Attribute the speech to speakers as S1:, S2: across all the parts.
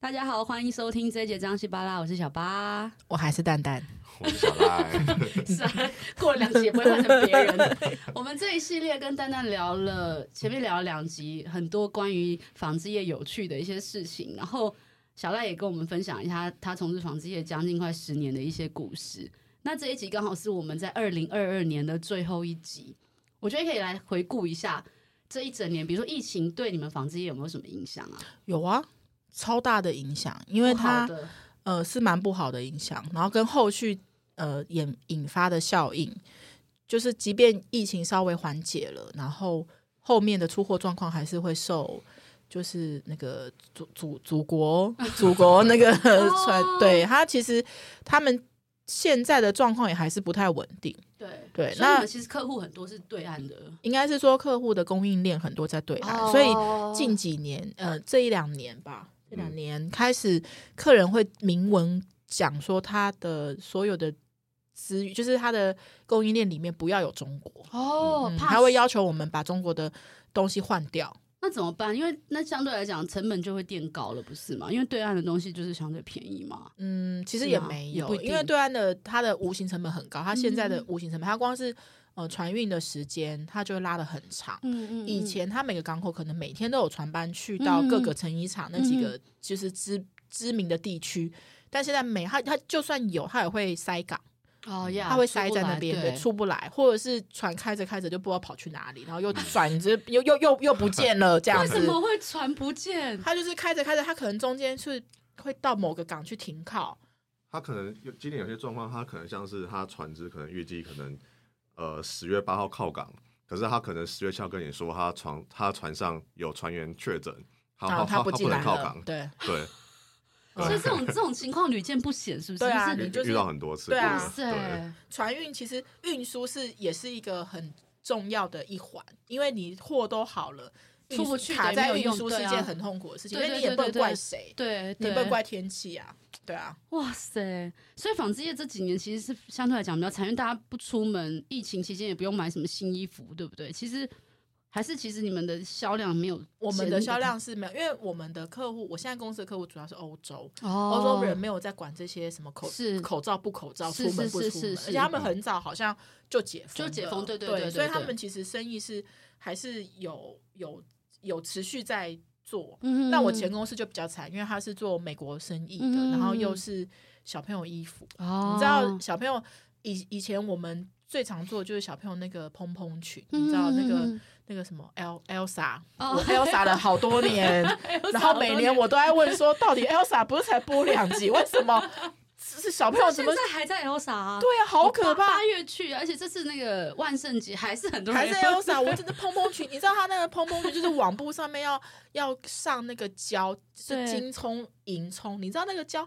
S1: 大家好，欢迎收听这一节张西巴拉，我是小巴。
S2: 我还是蛋蛋，
S3: 我是小赖，
S1: 是啊，过了两集也不会换成别人。 我们这一系列跟蛋蛋聊了，前面聊了两集很多关于纺织业有趣的一些事情，然后小赖也跟我们分享一下他从事纺织业将近快十年的一些故事。那这一集刚好是我们在二零二二年的最后一集，我觉得可以来回顾一下这一整年，比如说疫情对你们纺织业有没有什么影响啊？
S2: 有啊，超大的影响，因为
S1: 不好
S2: 它
S1: 的
S2: 呃是蛮不好的影响，然后跟后续呃引引发的效应，就是即便疫情稍微缓解了，然后后面的出货状况还是会受。就是那个祖祖祖国祖国 那个传，
S1: 哦
S2: 对它其实他们现在的状况也还是不太稳定，
S1: 对
S2: 对
S1: 所以你
S2: 那
S1: 们其实客户很多是对岸的，
S2: 应该是说客户的供应链很多在对
S1: 哦
S2: 岸，所以近几年，呃，这一两年
S1: 嗯
S2: 吧，这两年开始，客人会明文讲说他的所有的资，就是他的供应链里面不要有中国，
S1: 哦
S2: 嗯，
S1: 怕
S2: 他会要求我们把中国的东西换掉。
S1: 那怎么办？因为那相对来讲成本就会变高了，不是吗？因为对岸的东西就是相对便宜嘛。
S2: 嗯，其实
S1: 是
S2: 也
S1: 吗
S2: 没
S1: 也
S2: 有
S1: 不一，定
S2: 因为对岸的它的无形成本很高，它现在的
S1: 嗯
S2: 无形成本，它光是呃船运的时间，它就会拉得很长。
S1: 嗯嗯
S2: 以前他每个港口可能每天都有船班去到各个成衣厂那几
S1: 嗯
S2: 个就是知知名的地区，但现在没他他就算有，他也会塞港，
S1: 哦呀，
S2: 他会塞在那边，
S1: 出不来
S2: 对，出不来，或者是船开着开着就不知道跑去哪里，然后又转着又又又又不 见了这
S1: 嗯
S2: 样
S1: 为什
S2: 子。
S1: 么会船不见？
S2: 他就是开着开着，他可能中间是会到某个港去停靠，
S3: 他可能有今年有些状况，他可能像是他船只可能预计可能呃十月八号靠港，可是他可能十月七号跟你说他船他船上有船员确诊，
S1: 哦
S3: 他
S2: 然后
S3: 他他
S2: 哦不进
S3: 能
S2: 来
S3: 靠
S2: 了
S3: 港，，
S2: 对
S3: 对，
S1: 所以这 种这种情况屡见不鲜，是不是？
S2: 对啊
S1: 就是
S2: 你就是
S3: 遇到很多次，
S2: 对啊
S1: 哇
S3: 过了对，
S1: 塞，
S2: 船运其实运输是也是一个很重要的一环，因为你货都好了，运输
S1: 出不去
S2: 卡
S1: 等于
S2: 在
S1: 没有
S2: 运
S1: 用
S2: 输是
S1: 对啊
S2: 一件很痛苦的事情，
S1: 对
S2: 因为
S1: 对
S2: 你也不
S1: 对
S2: 能
S1: 对
S2: 怪谁，
S1: 对
S2: 你
S1: 对，
S2: 也不能怪天气啊，对啊，
S1: 哇塞！所以纺织业这几年其实是相对来讲比较惨，因为大家不出门，疫情期间也不用买什么新衣服，对不对？其实还是其实你们的销量没有
S2: 我们的
S1: 前
S2: 销量是没有，因为我们的客户，我现在公司的客户主要是欧洲，
S1: 哦
S2: 欧洲人没有在管这些什么口
S1: 是
S2: 口罩不口罩，
S1: 是
S2: 出门
S1: 是
S2: 不
S1: 是
S2: 出
S1: 是
S2: 门，
S1: 是
S2: 而且他们很早好像就解封
S1: 就
S2: 了，
S1: 解封对对
S2: 对
S1: 对对
S2: 所以
S1: 对
S2: 他们其实生意是还是有有有持续在做。
S1: 嗯
S2: 那我前公司就比较惨，因为他是做美国生意的，
S1: 嗯
S2: 然后又是小朋友衣服，
S1: 哦
S2: 你知道小朋友以以前我们最常做的就是小朋友那个蓬蓬裙，你知道那个。
S1: 嗯
S2: 那个什么 El Elsa，、
S1: 哦
S2: 我 Elsa 了好 多年，然后每年我都在问说，到底 Elsa 不是才播两集，为什么 是是小朋友
S1: 现
S2: 怎么
S1: 在？还在 Elsa 啊？
S2: 对啊，好可
S1: 八
S2: 怕！
S1: 八月去，而且这次那个万圣节还是很多
S2: 还
S1: 人
S2: 是 Elsa，我真的蓬蓬裙，你知道她那个蓬蓬裙就是网布上面要要上那个胶，就是
S1: 对
S2: 金葱、银葱，你知道那个胶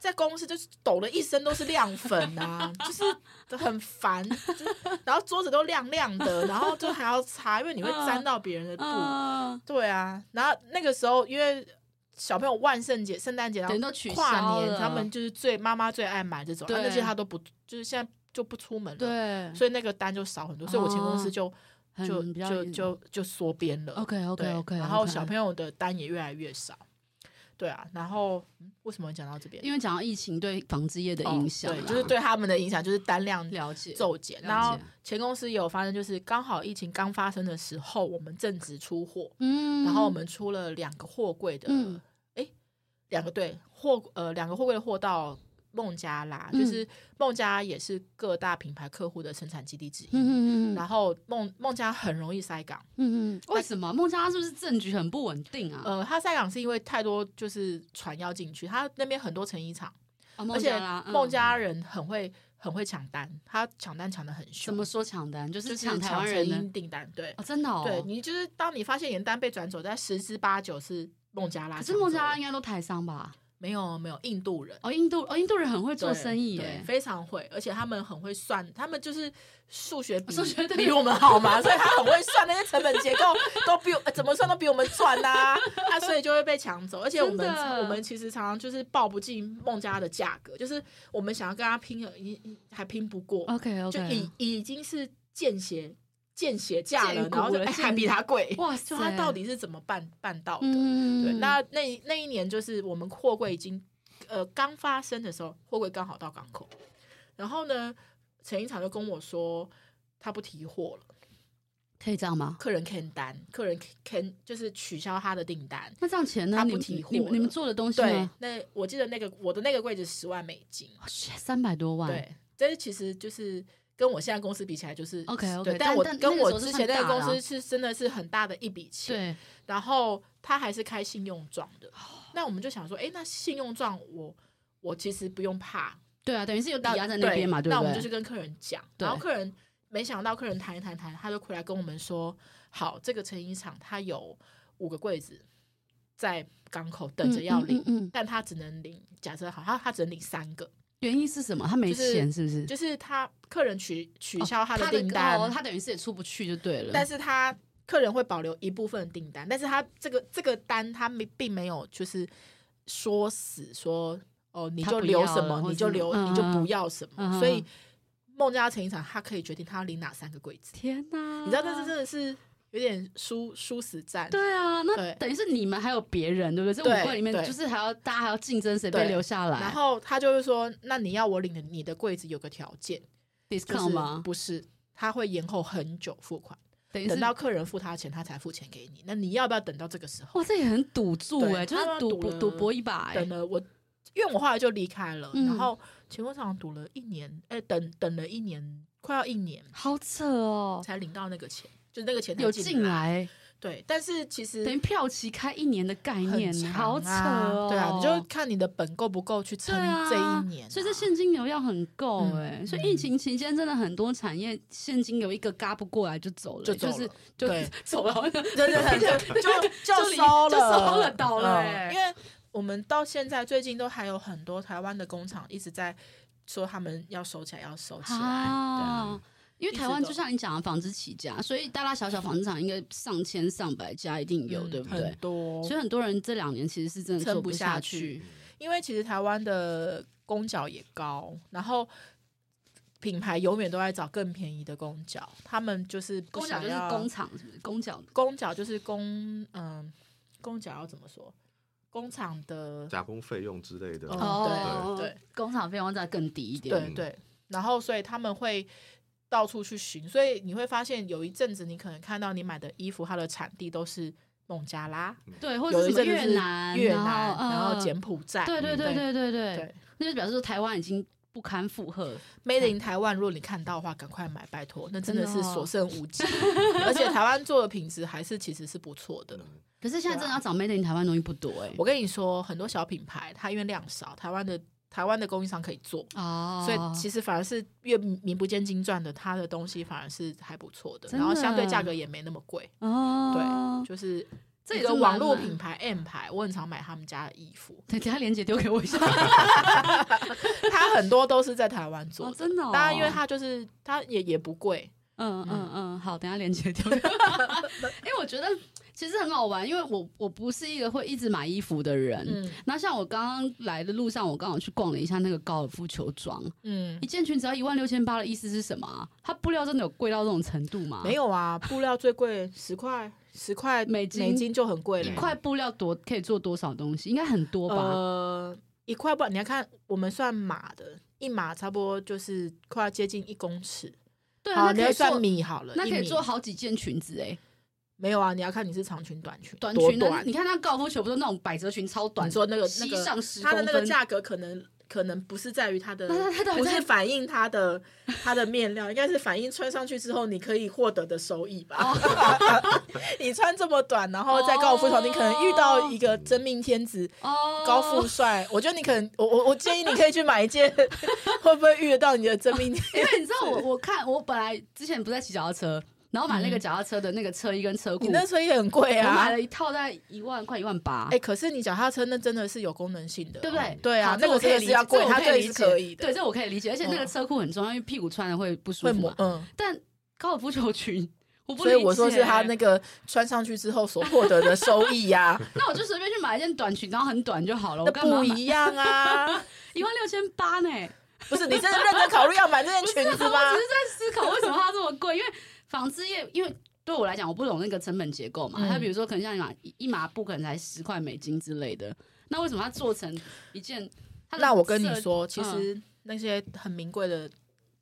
S2: 在公司就是抖了一身都是亮 粉啊，就是很烦，就是然后桌子都亮亮的，然后就还要擦，因为你会沾到别人的布。
S1: 嗯，
S2: 对啊，然后那个时候因为小朋友万圣节、圣诞节，然
S1: 等于
S2: 后
S1: 都取消
S2: 跨年，
S1: 了
S2: 他们就是最妈妈最爱买这种，啊
S1: 对
S2: 那些他都不，就是现在就不出门了，
S1: 对，哦
S2: 所以那个单就少很多，所以我前公司就、
S1: 很
S2: 就
S1: 比较
S2: 就就就缩编了。
S1: OK OK
S2: 对
S1: OK，
S2: 然后小朋
S1: 友。
S2: 友的单也越来越少。对啊，然后、嗯为什么讲到这边？
S1: 因为讲到疫情对纺织业的
S2: 哦
S1: 影响啦、
S2: 对，就是对他们的影响就是单量
S1: 了解
S2: 骤减。
S1: 了
S2: 然后
S1: 解
S2: 前公司也有发生，就是刚好疫情刚发生的时候，我们正值出货，
S1: 嗯
S2: 然后我们出了两个货柜的
S1: 嗯，
S2: 哎、两个对货呃两个货柜的货到孟加拉，
S1: 嗯
S2: 就是孟加拉也是各大品牌客户的生产基地之一。
S1: 嗯嗯嗯嗯
S2: 然后孟孟加拉很容易塞港，
S1: 嗯嗯，为什么孟加拉是不是政局很不稳定啊？
S2: 呃，它塞港是因为太多就是船要进去，它那边很多成衣厂，
S1: 啊，
S2: 而
S1: 孟
S2: 且
S1: 加拉，嗯
S2: 孟加拉人很会很会抢单，他抢单抢的很
S1: 怎
S2: 凶，
S1: 么说抢单？就
S2: 就是抢
S1: 台湾
S2: 成
S1: 人的
S2: 衣订单，对，
S1: 哦，真的哦，
S2: 对你就是当你发现你的单被转走，在十之八九是孟加拉
S1: 可
S2: 抢走
S1: 是
S2: 了，
S1: 孟加拉应该都台商吧？
S2: 没有没有印度人。
S1: 哦，印度哦，印度人很会做
S2: 对
S1: 生意
S2: 对
S1: 耶，
S2: 非常会，而且他们很会算，他们就是数学比
S1: 哦数学对
S2: 比我们好嘛， 所以他很会算那些成本结构，都比我、呃怎么算都比我们赚呐、啊，啊，所以就会被抢走。而且我们
S1: 真的
S2: 我们其实常常就是报不进孟加拉的价格，就是我们想要跟他拼，已经还拼不过
S1: 哦 OK
S2: 就
S1: OK，
S2: 已已经是见血见血价了
S1: 见，骨
S2: 然后就
S1: 了
S2: 哎
S1: 见
S2: 还比它贵，
S1: 哇
S2: 就它
S1: 塞
S2: 到底是怎么办办到的？
S1: 嗯
S2: 对，那那那一年就是我们货柜已经呃刚发生的时候，货柜刚好到港口，然后呢，陈一厂就跟我说他不提货了，
S1: 可以这样吗？
S2: 客人 can 单，客人 can 就是取消他的订单。
S1: 那这样钱呢？
S2: 他不
S1: 你们
S2: 提货
S1: 你们
S2: 了
S1: 你们做的东西
S2: 对
S1: 呢？，
S2: 那我记得那个我的那个柜子十万美金，
S1: 三百多万，
S2: 对，这其实就是跟我现在公司比起来就是
S1: OK，OK，
S2: 对
S1: 但
S2: 但我
S1: 但那个
S2: 跟
S1: 时候
S2: 我
S1: 是
S2: 之
S1: 算
S2: 前那个
S1: 大
S2: 公
S1: 啦
S2: 司是真的是很大的一笔钱，
S1: 对，
S2: 然后他还是开信用状的。那我们就想说，哎，那信用状我我其实不用怕，
S1: 对啊，等于是有抵
S2: 那
S1: 押在那边嘛，对
S2: 那
S1: 不
S2: 我
S1: 对？
S2: 们就去跟客人讲，
S1: 对
S2: 然后客人没想到客人谈一谈谈，他就回来跟我们说，好，这个成衣厂它有五个柜子在港口等着要领，
S1: 嗯嗯嗯嗯
S2: 但他只能领，假设好，他他只能领三个，
S1: 原因是什么？他没
S2: 就是
S1: 钱是不是？
S2: 就是他客人取取消他
S1: 的
S2: 订单，
S1: 哦哦他等于是也出不去就对了。
S2: 但是他客人会保留一部分订单，但是他这个这个单他没并没有就是说死说哦你
S1: 他
S2: 就
S1: 不
S2: 留
S1: 要
S2: 什
S1: 了
S2: 么
S1: 或
S2: 你
S1: 什
S2: 就
S1: 么
S2: 留、
S1: 嗯
S2: 你就
S1: 嗯
S2: 不要什么，
S1: 嗯嗯
S2: 所以
S1: 嗯
S2: 孟加拉成衣厂他可以决定他要领哪三个柜子，
S1: 天哪，
S2: 你知道这是真的是有点殊殊死战，
S1: 嗯对啊，那
S2: 对
S1: 等于是你们还有别人，对不对？这
S2: 对
S1: 五个里面
S2: 对
S1: 就是还要大家还要竞争谁被
S2: 对
S1: 留下来，
S2: 然后他就会说那你要我领的你的柜子有个条件，就
S1: discount
S2: 是
S1: 吗？
S2: 不是他会延后很久付款，
S1: 等于是
S2: 等到客人付他钱他才付钱给你，那你要不要等到这个时候？
S1: 哇，这也很赌注
S2: 对
S1: 哎，就
S2: 他
S1: 是
S2: 要
S1: 赌
S2: 赌
S1: 博
S2: 了
S1: 赌博一把哎
S2: 等。了我，因为我后来就离开了，
S1: 嗯
S2: 然后前工厂读了一年，哎、等等了一年，快要一年
S1: 好扯哦，
S2: 才领到那个钱，就是那个钱才
S1: 有进
S2: 进来。
S1: 来，
S2: 对，但是其实
S1: 等于票期开一年的概念
S2: 很，长
S1: 好扯
S2: 啊
S1: 哦。
S2: 对啊，你就看你的本够不够去撑
S1: 对啊，
S2: 这一年啊、
S1: 所以这现金流要很够
S2: 嗯
S1: 哎、所以
S2: 嗯
S1: 疫情期间真的很多产业现金流一个嘎不过来就走了、
S2: 就走了
S1: 是就
S2: 对
S1: 走了，
S2: 对对对，就就
S1: 就
S2: 收了，
S1: 就收了倒了欸
S2: 嗯因为我们到现在最近都还有很多台湾的工厂一直在说他们要收起来，要收起来。
S1: 啊。因为台湾
S2: 一
S1: 就
S2: 直都
S1: 像你讲的纺织起家，所以大大小小纺织厂应该上千上百家一定
S2: 对
S1: 有，对不对
S2: 嗯很？多，
S1: 所以很多人这两年其实是真的
S2: 撑
S1: 做
S2: 不
S1: 下
S2: 下去因为其实台湾的工脚也高，然后品牌永远都在找更便宜的工脚，他们就是不
S1: 工脚
S2: 想
S1: 就是
S2: 要
S1: 工厂，是不是？工脚
S2: 工脚就是工嗯工脚要怎么说？工厂的
S3: 加工费用之类的。
S2: 哦嗯对对对，
S1: 工厂费用再更低一点。
S2: 对对，然后所以他们会。到处去寻，所以你会发现有一阵子，你可能看到你买的衣服，它的产地都是孟加拉，
S1: 对，或者
S2: 有
S1: 是
S2: 一
S1: 什么
S2: 阵子
S1: 越
S2: 是
S1: 南、
S2: 越南，然
S1: 呃
S2: 后柬埔寨，
S1: 对对对对对对，
S2: 对
S1: 那就表示说台湾已经不堪负荷。
S2: Made in 台湾，如果你看到的话，赶快买，拜托，那真的
S1: 真
S2: 是
S1: 的哦
S2: 所剩无几。 而且台湾做的品质还是其实是不错
S1: 嗯
S2: 的。
S1: 可是现在真的要找 Made in 台湾的东西不多哎、
S2: 啊我跟你说，很多小品牌它因为量少，台湾的台湾的供应商可以做，
S1: 哦，
S2: 所以其实反而是越名不见经传的，它的东西反而是还不错的，
S1: 真的
S2: 然后相对价格也没那么贵。
S1: 哦，
S2: 就是
S1: 这也
S2: 一
S1: 是
S2: 个网络
S1: 蛮
S2: 品牌 M 牌，我很常买他们家的衣服，
S1: 对，等一下链接丢给我一 下。
S2: 它很多都是在台湾做
S1: 哦，
S2: 的。
S1: 真的、哦，
S2: 当然，因为它就是它也也不 贵，
S1: 嗯嗯
S2: 嗯
S1: 嗯，好，等一下链接丢给我。 因为我觉得其实很好玩，因为我我不是一个会一直买衣服的人。
S2: 嗯
S1: 那像我刚刚来的路上，我刚好去逛了一下那个高尔夫球庄，
S2: 嗯
S1: 一，件裙只要一万六千八的意思是什么、啊？它布料真的有贵到这种程度吗？
S2: 没有啊，布料最贵十块，十块
S1: 美金
S2: 美金就很贵
S1: 一
S2: 了。
S1: 块布料多可以做多少东西？应该很多吧？
S2: 呃，一块布，你要看我们算码的，一码差不多就是快要接近一公尺。
S1: 对啊，
S2: 好，
S1: 那
S2: 你
S1: 可
S2: 要
S1: 以做
S2: 算，米好了，
S1: 那可
S2: 一
S1: 以
S2: 米
S1: 做好几件裙子哎、
S2: 没有啊？你要看你是长裙、短裙、
S1: 短
S2: 多
S1: 裙啊，
S2: 短嗯
S1: 你。看那高尔夫球不是那种百褶裙超短，
S2: 你说那个那
S1: 膝
S2: 个
S1: 上十
S2: 它的那个
S1: 公分
S2: 价格可能可能不是在于它的
S1: 那它到，底
S2: 不
S1: 在
S2: 是反映它的它的面料，应该是反映穿上去之后你可以获得的收益吧。
S1: 哦
S2: 你穿这么短，然后在高尔夫球，你可能遇到一个真命天子。
S1: 哦，
S2: 高富帅，我觉得你可能，我我我建议你可以去买一件， 会不会遇得到你的真命天
S1: 因为你知 道我我看我本来之前不是在骑脚踏车，然后买那个脚踏车的那个车衣跟车裤，
S2: 你那车也很贵
S1: 我买
S2: 啊
S1: 了。一套大概一万块一万八
S2: 哎、。可是你脚踏车那真的是有功能性的哦、
S1: 对不对？
S2: 对啊
S1: 好，
S2: 那
S1: 这
S2: 个
S1: 我可
S2: 真
S1: 以
S2: 的
S1: 理
S2: 是
S1: 解，
S2: 要贵，
S1: 这我
S2: 它
S1: 可
S2: 这
S1: 以
S2: 个
S1: 理
S2: 是可
S1: 解
S2: 以，的，
S1: 对，这我可以理解，而且那个
S2: 嗯
S1: 车裤很重要，因为屁股穿了会不舒
S2: 会
S1: 服
S2: 磨
S1: 嘛，。
S2: 嗯。
S1: 但高尔夫球裙，我不
S2: 所
S1: 理
S2: 以
S1: 解。欸
S2: 我说是他那个穿上去之后所获得的收益呀、
S1: 那我就随便去买一件短裙，然后很短就好了。
S2: 那
S1: 我哦干嘛
S2: 不
S1: 买
S2: 一样 啊！
S1: 一万六千八呢？
S2: 不是你真的认真考虑要买这件
S1: 不是，
S2: 裙子
S1: 我
S2: 吗
S1: 只？是在思考为什么它这么贵，因为纺织业因为。对我来讲，我不懂那个成本结构嘛。
S2: 嗯
S1: 它比如说，可能像一码一麻布，可能才十块美金之类的。那为什么它做成一件？它的
S2: 那我跟你
S1: 设，
S2: 说，其
S1: 嗯
S2: 实那些很名贵的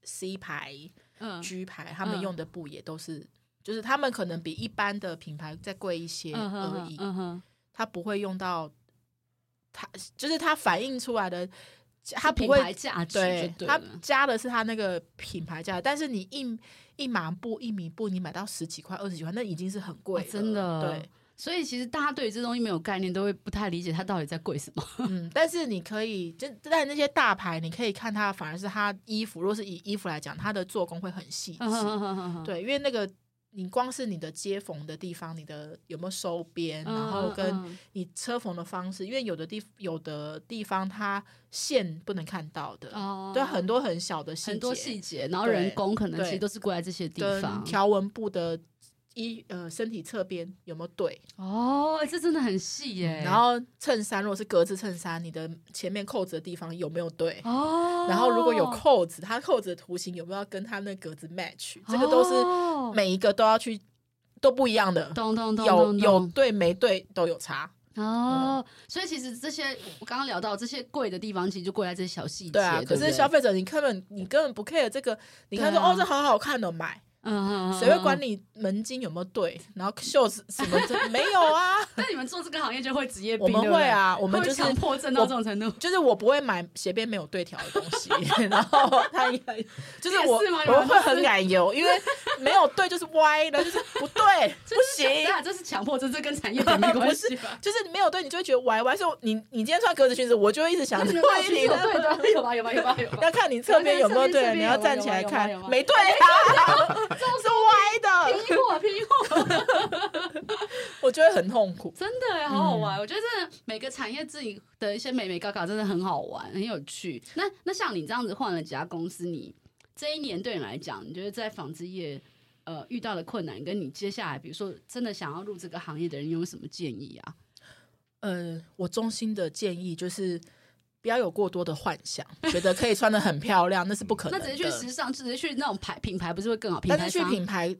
S2: C 牌、
S1: 嗯
S2: G 牌，他们
S1: 嗯
S2: 用的布也都是，就是他们可能比一般的品牌再贵一些
S1: 嗯哼
S2: 而
S1: 哼
S2: 已，
S1: 嗯哼，
S2: 它不会用到它，就是它反映出来的，它
S1: 是
S2: 不
S1: 品
S2: 会
S1: 牌价值
S2: 对
S1: 就对
S2: 它
S1: 了
S2: 加的是它那个品牌价，但是你一一麻布、一米布，你买到十几块、二十几块，那已经是很贵
S1: 哦
S2: 了、
S1: 真的
S2: 对，
S1: 所以其实大家对于这东西没有概念，都会不太理解它到底在贵什么。
S2: 嗯，但是你可以，就但那些大牌，你可以看它，反而是它衣服，如果是以衣服来讲，它的做工会很细致，
S1: 嗯 对，
S2: 对，因为那个你光是你的接缝的地方，你的有没有收边，然后跟
S1: 嗯
S2: 你车缝的方式，因为有的地有的地方它线不能看到的，
S1: 哦
S2: 对，很多很小的细节，
S1: 很多细节，然后
S2: 对
S1: 人工可能
S2: 对
S1: 其实都是贵在这些地
S2: 跟
S1: 方。
S2: 条纹布的衣呃身体侧边有没有对，
S1: 哦，这真的很细耶。
S2: 嗯然后衬衫如果是格子衬衫，你的前面扣子的地方有没有对？
S1: 哦，
S2: 然后如果有扣子，它扣子的图形有没有跟它那格子 match？这个都是
S1: 哦
S2: 每一个都要去都不一样的，
S1: 懂懂懂
S2: 有
S1: 懂
S2: 有嗯
S1: 懂
S2: 对没对都有差。
S1: 哦，所以其实这些我刚刚聊到这些贵的地方，其实就贵在这些小细节。
S2: 对啊，可
S1: 不
S2: 是消费者你根本你根本不 care 这个，你看
S1: 对
S2: 说
S1: 啊
S2: 哦这好好看哦买，
S1: 嗯，
S2: 谁会管
S1: 你？
S2: 你门襟有没有对，然后袖子什么这没有啊？
S1: 那你们做这个行业就会职业病，
S2: 我们
S1: 对不
S2: 会
S1: 对，
S2: 啊，我
S1: 我
S2: 们就是
S1: 强迫症到这种程 度。
S2: 就是我不会买斜边没有对条的东西，然后他也就是我
S1: 你也是吗你
S2: 我
S1: 们都
S2: 会
S1: 是
S2: 很奶油，因为没有对就是歪的，就是 不对，不行。？
S1: 啊那这是强迫症，这跟产业点没关系吧
S2: 就是你没有对，你就会觉得歪歪。所以你你今天穿格子裙子，我就会一直想
S1: 那
S2: 着，
S1: 你们
S2: 对
S1: 其实
S2: 你
S1: 有对的啊，有吧有吧有吧有 吧。
S2: 要看你侧边有没有
S1: 侧
S2: 对，
S1: 边
S2: 你要站起来
S1: 有吗
S2: 看
S1: 有吗有，吗
S2: 没对啊， 是歪的，
S1: 批货批货，
S2: 我就会很痛苦。
S1: 真的耶好好
S2: 嗯
S1: 玩！我觉得真的每个产业自己的一些美美嘎嘎真的很好玩，很有趣。那那像你这样子换了几家公司，你这一年对你来讲，你觉得在纺织业呃遇到的困难，跟你接下来比如说真的想要入这个行业的人，有什么建议啊？
S2: 呃，我衷心的建议就是。不要有过多的幻想，觉得可以穿的很漂亮，那是不可
S1: 那
S2: 能
S1: 直
S2: 的。
S1: 接去时尚，直接去那种牌品牌，不是会更好？
S2: 但
S1: 牌
S2: 是去
S1: 商
S2: 品牌，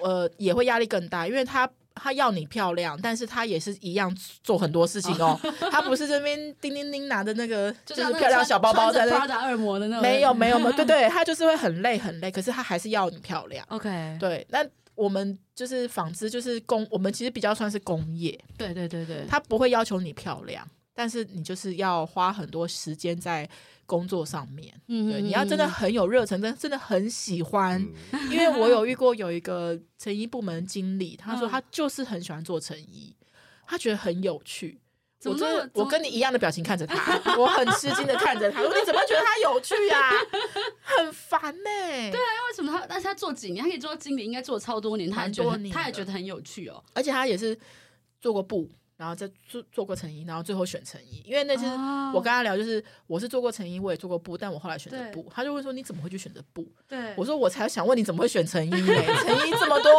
S2: 呃，也会压力更大，因为他他要你漂亮，但是他也是一样做很多事情 哦。他不是这边叮叮叮拿着那个就
S1: 像那
S2: 是
S1: 个
S2: 漂亮
S1: 穿
S2: 小包包在
S1: 穿着
S2: 那，
S1: Prada 恶魔的那种，
S2: 没有没有没 有，对对，他就是会很累很累，可是他还是要你漂亮。
S1: OK，
S2: 对，那我们就是纺织，就是工，我们其实比较算是工业，
S1: 对对对对，
S2: 它不会要求你漂亮，但是你就是要花很多时间在工作上面。
S1: 嗯
S2: 对，你要真的很有热忱，跟真的很喜欢。
S3: 嗯，
S2: 因为我有遇过有一个成衣部门经理，他说
S1: 嗯
S2: 他就是很喜欢做成衣，他觉得很有趣。
S1: 怎
S2: 我
S1: 么
S2: 真
S1: 那
S2: 的
S1: 么，
S2: 我跟你一样的表情看着他， 我很吃惊的看着他，我说你怎么觉得他有趣 啊？很烦呢、对，
S1: 那为什么他？但是他做几年，他可以做到经理，应该做了超多年，他还
S2: 蛮
S1: 觉
S2: 多
S1: 得
S2: 年
S1: 他也
S2: 的
S1: 觉得很有趣哦。
S2: 而且他也是做过布，然后再做做过成衣，然后最后选成衣，因为那是
S1: 哦
S2: 我跟他聊，就是我是做过成衣，我也做过布，但我后来选择
S1: 对
S2: 布，他就会说你怎么会去选择布？
S1: 对
S2: 我说我才想问你怎么会选成衣呢？ 成衣这么多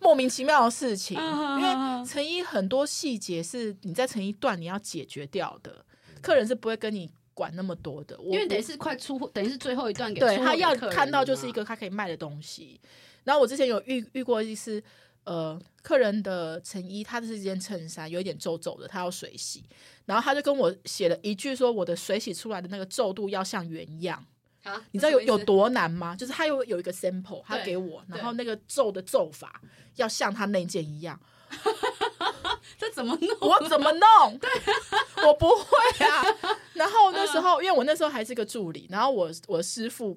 S2: 莫名其妙的事情，
S1: 嗯
S2: 因为成衣很多细节是你在成衣段你要解决掉的，客人是不会跟你管那么多的。我
S1: 因为等于是快出货，等于是最后一段给
S2: 对
S1: 出货
S2: 他
S1: 给
S2: 要
S1: 客人
S2: 看到
S1: 了
S2: 就是一
S1: 嘛
S2: 个他可以卖的东西。然后我之前有遇遇过一次，呃，客人的成衣，他这是一件衬衫，有一点皱皱的，他要水洗，然后他就跟我写了一句说，我的水洗出来的那个皱度要像原样。
S1: 啊
S2: 你知道有
S1: 这什么
S2: 有
S1: 意思
S2: 多难吗？就是他有有一个 sample，他
S1: 对
S2: 给我，
S1: 对
S2: 然后那个皱的皱法要像他那件一样，
S1: 这怎么弄？
S2: 我怎么弄？我不会啊。然后那时候，因为我那时候还是个助理，然后我我师傅，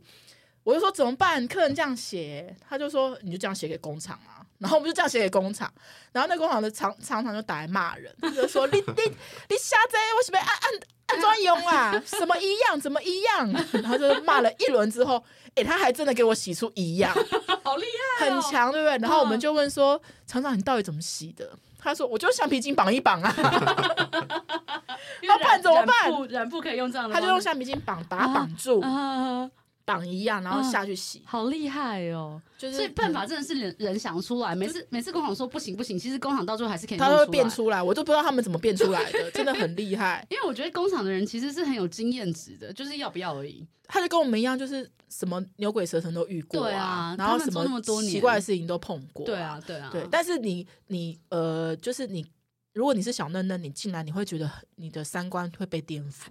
S2: 我就说怎么办？客人这样写，他就说你就这样写给工厂啊。 然后我们就这样写给工厂，然后那工厂的厂厂长就打来骂人，他就说你你你瞎子，我是被按按按专用啊，什么一样，怎么一样？然后就骂了一轮之后，诶、他还真的给我洗出一样。
S1: 好厉害、
S2: 很
S1: 哦，。
S2: 强，对不对？然后我们
S1: 嗯
S2: 就问说，厂长你到底怎么洗的？他说我就橡皮筋绑一绑啊， 要不然怎么办
S1: 染布染布可以用这样的
S2: 他
S1: 方式，
S2: 就用橡皮筋绑把它绑住，
S1: 啊
S2: 绑一样，然后下去洗，
S1: 好厉害哦！
S2: 就是
S1: 所以办法真的是人人想出来，每次每次工厂说不行不行，其实工厂到最后还是可以弄
S2: 它会变
S1: 出来。
S2: 出来，嗯我都不知道他们怎么变出来的，真的很厉害。
S1: 因为我觉得工厂的人其实是很有经验值的，就是要不要而已。
S2: 他就跟我们一样，就是什么牛鬼蛇神都遇过
S1: 对啊
S2: 然
S1: 他
S2: 后
S1: 们
S2: 什
S1: 做那么多年
S2: 奇怪的事情都碰过、
S1: 对啊，，对啊，
S2: 对。但是你你呃，就是你，如果你是小嫩嫩，你进来你会觉得很你的三观会被颠覆，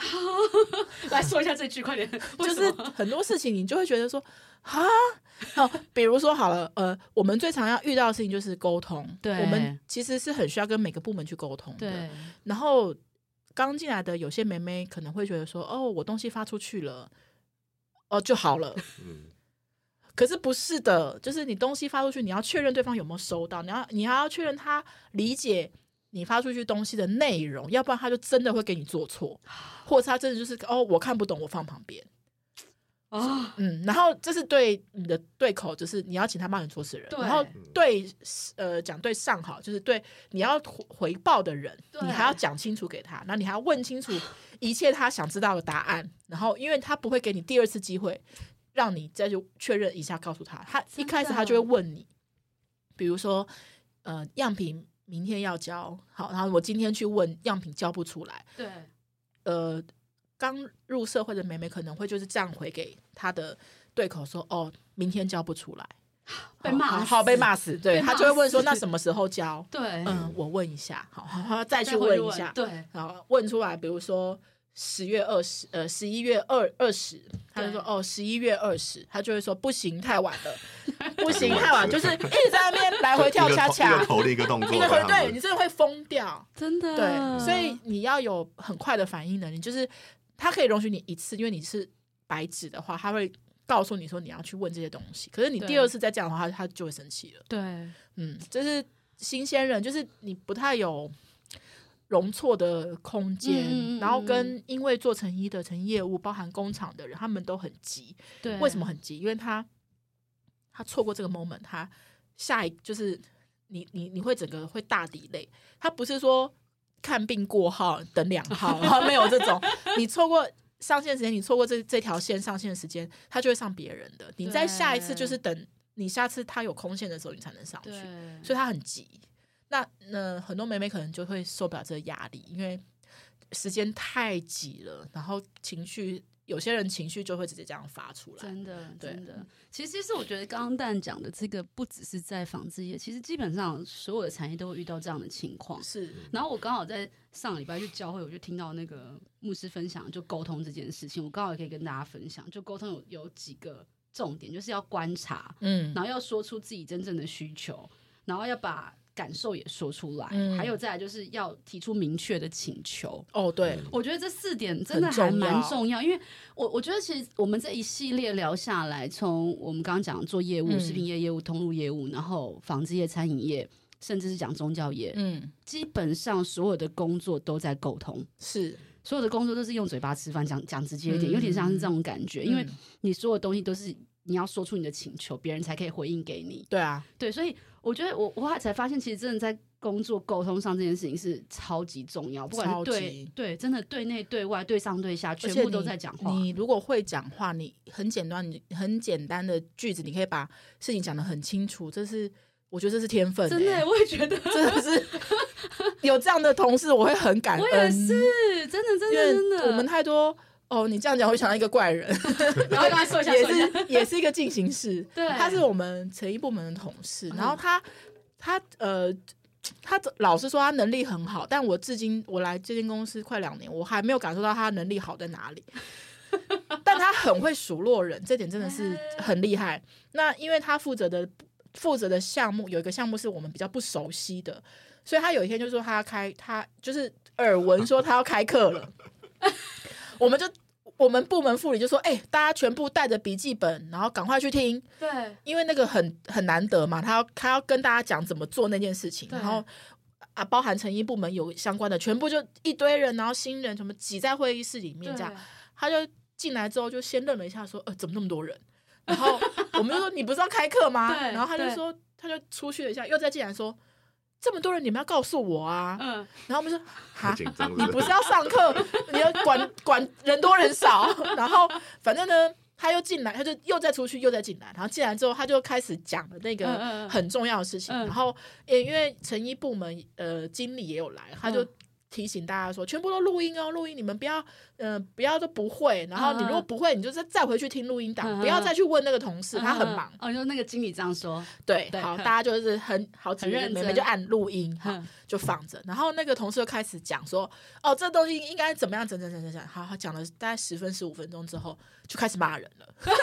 S1: 来说一下这句，快 点。为什
S2: 就是
S1: 么
S2: 很多事情你就会觉得说啊，哦，比如说好了，呃，我们最常要遇到的事情就是沟通，
S1: 对
S2: 我们其实是很需要跟每个部门去沟通的，
S1: 对
S2: 然后刚进来的有些妹妹可能会觉得说，哦，我东西发出去了，哦就 好了。
S3: 嗯，
S2: 可是不是的，就是你东西发出去，你要确认对方有没有收到，你要你还要确认他理解你发出去东西的内容，要不然他就真的会给你做错，或者他真的就是哦，我看不懂，我放旁边。
S1: 啊，
S2: 嗯，然后这是对你的对口，就是你要请他帮你做事人，
S1: 对
S2: 然后对呃讲对上好，就是对你要回回报的人，
S1: 对
S2: 你还要讲清楚给他，然后你还要问清楚一切他想知道的答案，然后因为他不会给你第二次机会，让你再去确认一下，告诉他，他一
S1: 真的
S2: 开始他就会问你，比如说呃样品明天要交，好，然后我今天去问样品交不出来，
S1: 对
S2: 呃，刚入社会的妹妹可能会就是这样回给她的对口说：“哦，明天交不出来，
S1: 被
S2: 好
S1: 骂
S2: 好
S1: 死
S2: 好被骂死。”对，
S1: 被骂
S2: 她就会问说：“
S1: 死
S2: 那什么时候交？”
S1: 对，
S2: 嗯，我问一下，好好好，再
S1: 再
S2: 去
S1: 回
S2: 问一下，
S1: 对，
S2: 然后问出来，比如说十月二十，呃，十一月二二十，他就说
S1: 对
S2: 哦，十一月二十，他就会说不行，太晚 了，不行，太晚，就是一直在那边来回跳恰
S3: 一个
S2: 恰，
S3: 头一个头的一个动 作
S2: 一
S3: 这
S2: 个
S3: 样子，
S2: 对你真的会疯掉。
S1: 真的。
S2: 对，所以你要有很快的反应能力，就是他可以容许你一次，因为你是白纸的话，他会告诉你说你要去问这些东西。可是你
S1: 对
S2: 第二次再这样的话，他就会生气了。
S1: 对
S2: 嗯，这是新鲜人，就是你不太有容错的空间，
S1: 嗯嗯嗯
S2: 然后跟因为做成衣的、成衣业务，包含工厂的人，他们都很急。
S1: 对，
S2: 为什么很急？因为他他错过这个 moment，他下一就是你你你会整个会大抵累。他不是说看病过号等两号， 然后没有这种，你错过。上线时间，你错过这这条线上线的时间，他就会上别人的。你在下一次就是等你下次他有空线的时候，你才能上去
S1: 对？。
S2: 所以他很急。那那很多妹妹可能就会受不了这个压力，因为时间太挤了，然后情绪有些人情绪就会直接这样发出来。
S1: 真的，
S2: 对
S1: 真的。其实，其实我觉得刚刚蛋讲的这个，不只是在纺织业，其实基本上所有的产业都会遇到这样的情况。
S2: 是，
S1: 然后我刚好在上礼拜去教会，我就听到那个牧师分享就沟通这件事情，我刚好也可以跟大家分享，就沟通有有几个重点，就是要观察，
S2: 嗯，
S1: 然后要说出自己真正的需求，然后要把感受也说出来，
S2: 嗯
S1: 还有再来就是要提出明确的请求。
S2: 哦，对，
S1: 我觉得这四点真的还蛮重要，因为我我觉得其实我们这一系列聊下来，从我们刚刚讲做业务、
S2: 嗯
S1: 食品业业务、通路业务，然后纺织业、餐饮业，甚至是讲宗教业，
S2: 嗯，
S1: 基本上所有的工作都在沟通，
S2: 是，
S1: 所有的工作都是用嘴巴吃饭，讲讲直接一点，
S2: 嗯
S1: 有点像是这种感觉，因为
S2: 嗯
S1: 你所有东西都是你要说出你的请求，别人才可以回应给你。
S2: 对啊，
S1: 对，所以我觉得我我后来才发现，其实真的在工作沟通上这件事情是超级重要，不管
S2: 超
S1: 是
S2: 级
S1: 对对，真的对内对外对上对下，
S2: 而
S1: 全
S2: 且
S1: 部都
S2: 你
S1: 在讲话。
S2: 你如果会讲话，你很简单，你很简单的句子，你可以把事情讲得很清楚。这是我觉得这是天分、欸，
S1: 真的 耶，我也觉得，
S2: 真 的是有这样的同事，我会很感
S1: 我
S2: 恩。
S1: 也是，真的真
S2: 因
S1: 的
S2: 为
S1: 真的。
S2: 我们太多哦，你这样讲，我就想到一个怪 人，
S1: 然后刚才说一下，
S2: 也
S1: 说一下
S2: 是也是一个进行式，
S1: 对
S2: 他是我们成衣部门的同事，
S1: 嗯
S2: 然后他他呃。他老实说，他能力很好，但我至今我来这间公司快两年，我还没有感受到他能力好在哪里。 但他很会数落人，这点真的是很厉害。那因为他负责的负责的项目有一个项目是我们比较不熟悉的，所以他有一天就说他要开，他就是耳闻说他要开课了， 我们就我们部门副理就说：“哎、大家全部带着笔记本，然后赶快去听，
S1: 对
S2: 因为那个很很难得嘛，他要他要跟大家讲怎么做那件事情，
S1: 对
S2: 然后。”啊，包含成衣部门有相关的，全部就一堆人，然后新人什么挤在会议室里面这样，他就进来之后就先愣了一下，说：“呃，怎么那么多人？”然后我们就说：“你不是要开课吗？”
S1: 对
S2: 然后他就
S1: 对
S2: 说，他就出去了一下，又再进来说：“这么多人，你们要告诉我啊！”
S1: 嗯，
S2: 然后我们说：“
S3: 太
S2: 哈，
S3: 紧张
S2: 你
S3: 了，
S2: 不是要上课，你要管管人多人少。”然后反正呢，他又进来，他就又再出去，又再进来，然后进来之后，他就开始讲了那
S1: 嗯嗯
S2: 个
S1: 嗯
S2: 很重要的事情。
S1: 嗯
S2: 然后也因为成衣部门呃经理也有来，他就
S1: 嗯
S2: 提醒大家说，全部都录音哦，录音你们不要呃不要都不会，然后你如果
S1: 嗯嗯
S2: 不会，你就再再回去听录音
S1: 嗯嗯
S2: 档，
S1: 嗯
S2: 不要再去问那个同事，他很忙。
S1: 哦，就那个经理这样说，
S2: 对，
S1: 对
S2: 好，
S1: 嗯
S2: 大家就是很好几
S1: 很
S2: 个
S1: 认
S2: 妹妹
S1: 真
S2: 就按录音，好
S1: 哼
S2: 就放着。然后那个同事就开始讲说，哦，这东西应该怎么样，怎怎怎怎怎，好，好讲了大概十分十五分钟之后，就开始骂人了，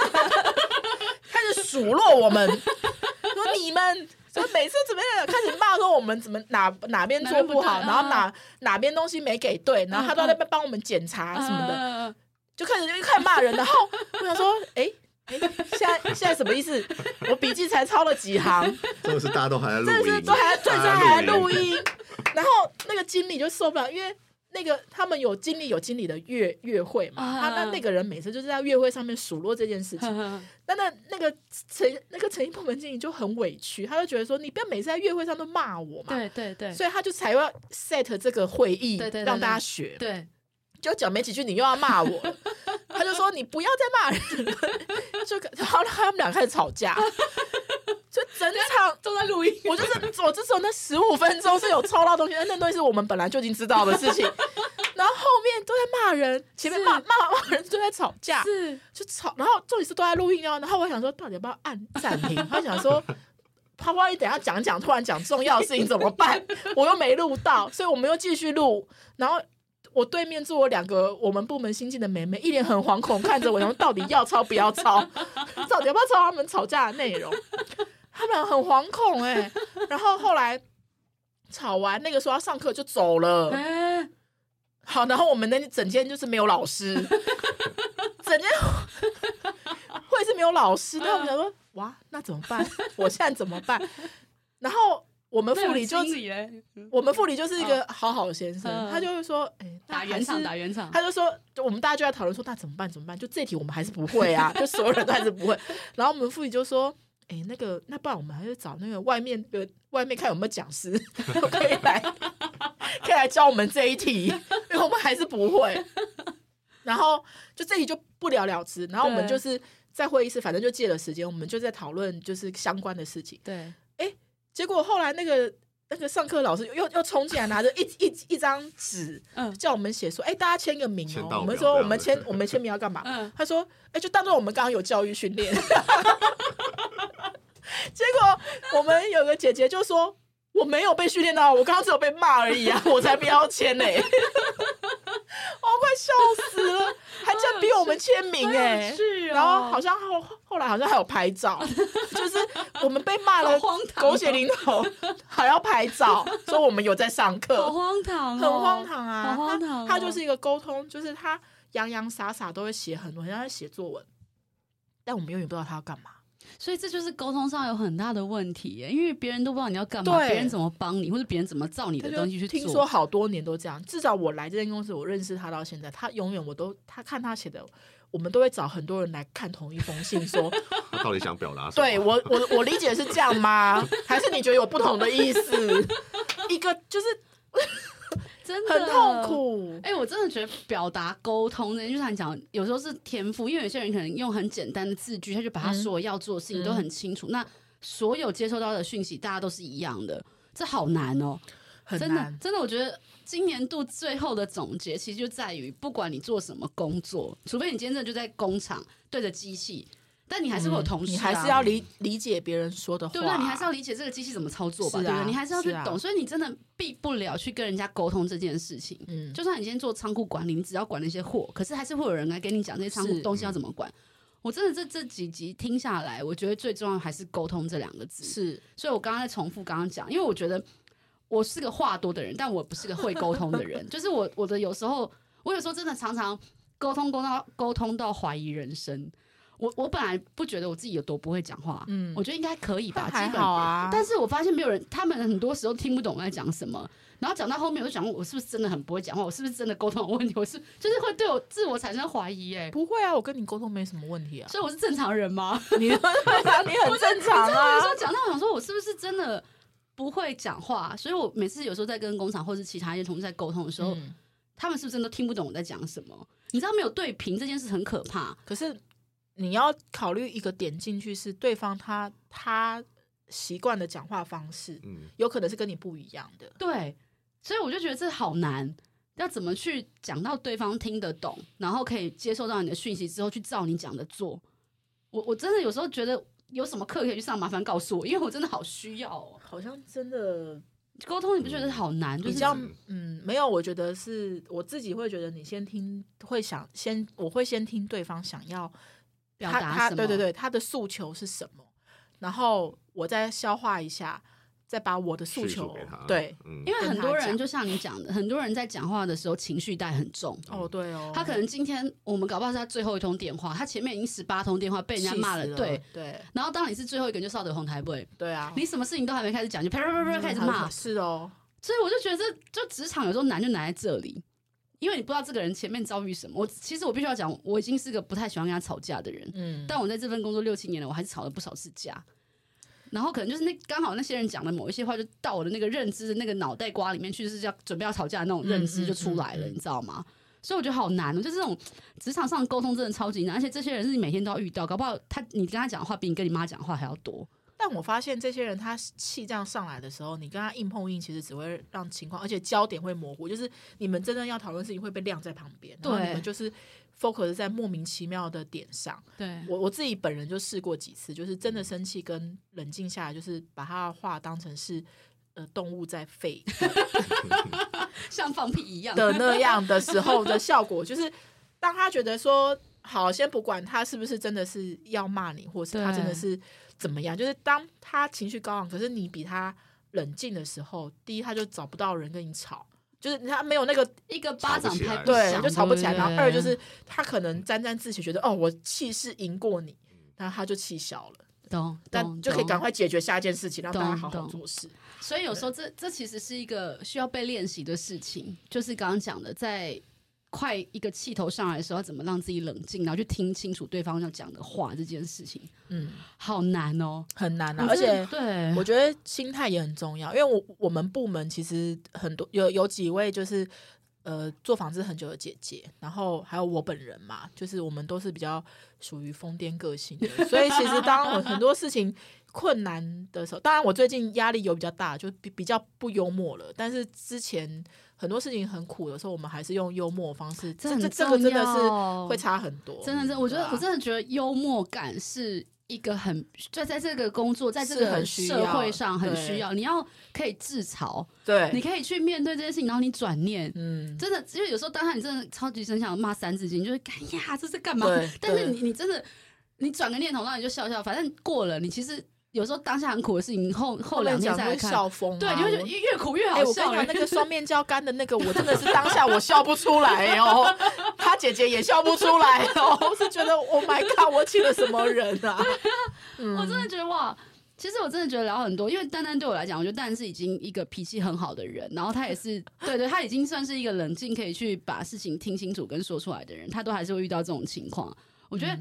S2: 开始数落我们，说你们。说每次怎么样，开始骂说我们怎么哪哪边做不嗯好，
S1: 哪边不对
S2: 然后哪哪边东西没给对，然后他都在那边帮我们检查什么的，
S1: 的，
S2: 就开始就开始骂人，然后我想说，哎、哎，现在现在什么意思？我笔记才抄了几行，
S3: 真的是大家都还在录
S2: 真的
S3: 音，啊
S2: 是都还在，对，
S3: 大
S2: 这
S3: 家
S2: 还在录音。然后那个经理就受不了，因为那个他们有经理有经理的月月会嘛，
S1: 啊
S2: 他那那个人每次就是在月会上面数落这件事情。但那那个陈那个陈一部门经理就很委屈，他就觉得说，你不要每次在月会上都骂我嘛。
S1: 对对对
S2: 所以他就才要 set 这个会议，
S1: 对对对
S2: 让大家
S1: 对
S2: 学。
S1: 对，
S2: 就讲没几句，你又要骂我 了，他就说你不要再骂人了， 就然后他们俩开始 吵架，就整场。
S1: 都在录音，
S2: 我就是我，就只有那十五分钟是有抽到东西，但那东西是我们本来就已经知道的事情，然后后面都在骂人，前面骂
S1: 是
S2: 骂骂人都在吵架，
S1: 是
S2: 就吵，然后重点是都在录音哦，然后我想说到底要不要按暂停，他想说。啪啪！你等一下讲讲，突然讲重要的事情怎么办？我又没录到，所以我们又继续录。然后我对面坐我两个我们部门新进的妹妹，一脸很惶恐看着我，然后到底要抄不要抄，到底要不要抄他们吵架的内容？他们俩很惶恐哎、然后后来吵完，那个说要上课就走了。
S1: 哎，
S2: 好，然后我们那整天就是没有 老师，整天会是没有老师。那我们想说，哇，那怎么办？我现在怎么办？然后我们副理就
S1: 那有经理嘞
S2: 我们副理就是一个好好的先生，
S1: 嗯
S2: 他就会说，哎、那
S1: 打
S2: 还
S1: 圆场
S2: 是
S1: 打圆场，
S2: 他就说，就我们大家就在讨论说，那怎么办？怎么办？就这题我们还是不会啊，就所有人都还是不会。然后我们副理就说，哎、那个，那不然我们还是找那个外面的外面看有没有讲师 可以来，可以来教我们这一题，因为我们还是不会。然后就这题就不了了之。然后我们
S1: 对
S2: 就是在会议室，反正就借了时间，我们就在讨论就是相关的事情。
S1: 对，
S2: 结果后来那个那个上课老师又又冲进来，拿着一一一张纸，
S1: 嗯
S2: 叫我们写说，哎、大家签个名
S3: 签
S2: 哦、
S3: 到
S2: 我们
S3: 表
S2: 说
S3: 这
S2: 我
S3: 样
S2: 们
S3: 子
S2: 签 我们签名要干嘛？
S1: 嗯
S2: 他说，哎、就当做我们刚刚有教育训练。 结果我们有个姐姐就说。我没有被训练到，我刚刚只有被骂而已啊，我 才不要签 嘞、我快笑死了，还真逼我们签名哎、
S1: 啊是，
S2: 然后好像后后来好像还有拍照， 就是我们被骂
S1: 好
S2: 了
S1: 荒唐哦
S2: 狗血淋头，还要拍照，说我们有在上
S1: 好
S2: 课，
S1: 荒唐，
S2: 很荒，唐啊！
S1: 哦好荒唐哦
S2: 他他就是一个沟通，就是他洋洋洒洒都会写很多，像在写作文，但我们永远不知道他要干嘛。
S1: 所以这就是沟通上有很大的问题耶，因为别人都不知道你要干嘛，
S2: 对
S1: 别人怎么帮你，或者别人怎么照你
S2: 他
S1: 的
S2: 就
S1: 东西去
S2: 听
S1: 做
S2: 说，好多年都这样，至少我来这间公司，我认识他到现在，他永远我都他看他写的，我们都会找很多人来看同一封信说。
S3: 他到底想表达什么？
S2: 对我，我我理解是这样 吗？还是你觉得有不同的意思？一个就是
S1: 真的
S2: 很痛。苦，
S1: 哎、我真的觉得表达沟通呢，就像你讲，有时候是天赋，因为有些人可能用很简单的字句，他就
S2: 嗯
S1: 把他所有要做的事情都很清楚。那所有接收到的讯息，大家都是一样的，这好难哦、
S2: 很
S1: 真的
S2: 难，。
S1: 真的，我觉得今年度最后的总结，其实就在于，不管你做什么工作，除非你今天真的就在工厂对着机器，但你还是会有同事、啊
S2: 嗯你还是要理理解别人说的话，
S1: 对不对？你还是要理解这个机器怎么操作吧，
S2: 是啊
S1: 对不对？你还是要去
S2: 是啊
S1: 懂，所以你真的避不了去跟人家沟通这件事情。
S2: 嗯，
S1: 就算你今天做仓库管理，你只要管那些货，可是还是会有人来给你讲这些仓库
S2: 是
S1: 东西要怎么管。我真的这这几集听下来，我觉得最重要还是沟通这两个字。
S2: 是
S1: 所以我刚刚在重复刚刚讲，因为我觉得我是个话多的人，但我不是个会沟通的人。 就是我我的有时候，我有时候真的常常沟通沟通到沟通到怀疑人生。我我本来不觉得我自己有多不会讲话，
S2: 嗯
S1: 我觉得应该可以吧，
S2: 但
S1: 基
S2: 还
S1: 本
S2: 好啊，
S1: 但
S2: 是
S1: 是我发现没有人，他们很多时候听不懂我在讲什么。然后讲到后面，我就想，我是不是真的很不会讲话？我是不是真的沟通有问题？我是就是会对我自我产生怀疑、哎，
S2: 不会啊，我跟你沟通没什么问 题啊，
S1: 所以我是正常人吗？
S2: 你 你很正常
S1: 我有
S2: 啊
S1: 时，候讲到我想说，我是不是真的不会讲话？啊所以我每次有时候在跟工厂或是其他一些同事在沟通的时候，
S2: 嗯，
S1: 他们是不是真的听不懂我在讲什么？你知道没有对平这件事很可怕，
S2: 可是你要考虑一个点进去是对方他他习惯的讲话方式，
S3: 嗯，
S2: 有可能是跟你不一样的。
S1: 对，所以我就觉得这好难，要怎么去讲到对方听得懂，然后可以接受到你的讯息之后，去照你讲的做。我我真的有时候觉得有什么课可以去上，麻烦告诉我，因为我真的好需要哦。
S2: 好像真的
S1: 沟通你不觉得好难？就
S2: 比
S1: 是
S2: 较
S3: 嗯
S2: 嗯，没有，我觉得是我自己会觉得，你先听会想先，我会先听对方想要
S1: 表
S2: 他
S1: 达
S2: 他
S1: 什么？
S2: 对对对，他的诉求是什么，然后我再消化一下，再把我的诉
S3: 叙
S2: 求
S3: 述给他，
S2: 对，
S3: 嗯，
S1: 因为很多
S2: 跟他
S1: 人
S2: 讲
S1: 就像你讲的，很多人在讲话的时候情绪带很重。
S3: 嗯
S2: 哦对哦，
S1: 他可能今天我们搞不好是他最后一通电话，他前面已经十八通电话被人家
S2: 气
S1: 骂
S2: 死
S1: 了，
S2: 了，
S1: 对。
S2: 对
S1: 然后当你是最后一个，你就少得红台不会，
S2: 对啊，
S1: 你什么事情都还没开始讲，就啪啪啪啪
S2: 嗯
S1: 开始
S2: 他就
S1: 骂，
S2: 是哦，
S1: 所以我就觉得这就职场有时候难就难在这里，因为你不知道这个人前面遭遇什么。我其实我必须要讲，我已经是个不太喜欢跟他吵架的人，
S2: 嗯，
S1: 但我在这份工作六七年了，我还是吵了不少次架。然后可能就是那刚好那些人讲的某一些话，就到我的那个认知的那个脑袋瓜里面去，就是要准备要吵架的那种认知就出来了，
S2: 嗯嗯嗯嗯
S1: 你知道吗？所以我觉得好难哦，就这种职场上的沟通真的超级难，而且这些人是你每天都要遇到，搞不好他你跟他讲的话比你跟你妈讲的话还要多。
S2: 但我发现这些人他气这样上来的时候，你跟他硬碰硬，其实只会让情况，而且焦点会模糊，就是你们真正要讨论事情会被晾在旁边，然后
S1: 对
S2: 你们就是 focus 在莫名其妙的点上。
S1: 对
S2: 我我自己本人就试过几次，就是真的生气跟冷静下来，就是把他的话当成是。呃，动物在吠
S1: 像放屁一样。
S2: 的那样的时候的效果，就是当他觉得说好，先不管他是不是真的是要骂你，或是他
S1: 对
S2: 真的是怎么样，就是当他情绪高昂，可是你比他冷静的时候，第一他就找不到人跟你吵，就是他没有那个
S1: 一个巴掌拍不
S2: 对，
S1: 响
S2: 就吵不起来。
S1: 对
S2: 然
S1: 对
S2: 后二就是他可能沾沾自喜，觉得哦，我气势赢过你，然后他就气消了，
S1: 懂，
S2: 但
S1: 懂
S2: 就可以
S1: 懂
S2: 赶快解决下一件事情，让大家
S1: 懂
S2: 好好
S1: 懂
S2: 做事。
S1: 所以有时候这这其实是一个需要被练习的事情，就是刚刚讲的，在快一个气头上来的时候，要怎么让自己冷静，然后去听清楚对方要讲的话，这件事情
S2: 嗯，
S1: 好难哦。
S2: 很难啊，
S1: 我
S2: 而
S1: 真的
S2: 且
S1: 对，
S2: 我觉得心态也很重要，因为我我们部门其实很多有有几位就是呃做纺织很久的姐姐，然后还有我本人嘛，就是我们都是比较属于疯癫个性的，所以其实当我很多事情困难的时候，当然我最近压力有比较大，就比比较不幽默了，但是之前很多事情很苦的时候，我们还是用幽默的方式，
S1: 这
S2: 这这
S1: 很
S2: 这个真的
S1: 重
S2: 是
S1: 要
S2: 会差很多，
S1: 真的真的，我觉得、
S2: 对啊
S1: 我真的觉得幽默感是。一个很就在这个工作，在这
S2: 是
S1: 个
S2: 很需
S1: 社
S2: 要
S1: 会上很
S2: 对
S1: 需要，你要可以自嘲，
S2: 对，
S1: 你可以去面对这件事情，然后你转念，
S2: 嗯，
S1: 真的，因为有时候当下你真的超级真想骂《三字经》，你就会干呀，这是干嘛
S2: 对？
S1: 但是
S2: 对
S1: 你你真的，你转个念头，然后你就笑笑，反正过了。你其实有时候当下很苦的事情，你后后两天
S2: 讲
S1: 再
S2: 会
S1: 来看，
S2: 笑疯啊，
S1: 对，你会觉得
S2: 我
S1: 越越苦越
S2: 哎、
S1: 好
S2: 我跟
S1: 笑。
S2: 你讲，那个
S1: 欸
S2: 双面胶干的那个，我真的是当下我笑不出来哦，他姐姐也笑不出来哦， 我是觉得 Oh my God，我请了什么人啊？
S1: 我真的觉得哇。其实我真的觉得聊很多，因为丹丹对我来讲，我觉得丹是已经一个脾气很好的人，然后他也是对对，他已经算是一个冷静，可以去把事情听清楚跟说出来的人，他都还是会遇到这种情况。我觉得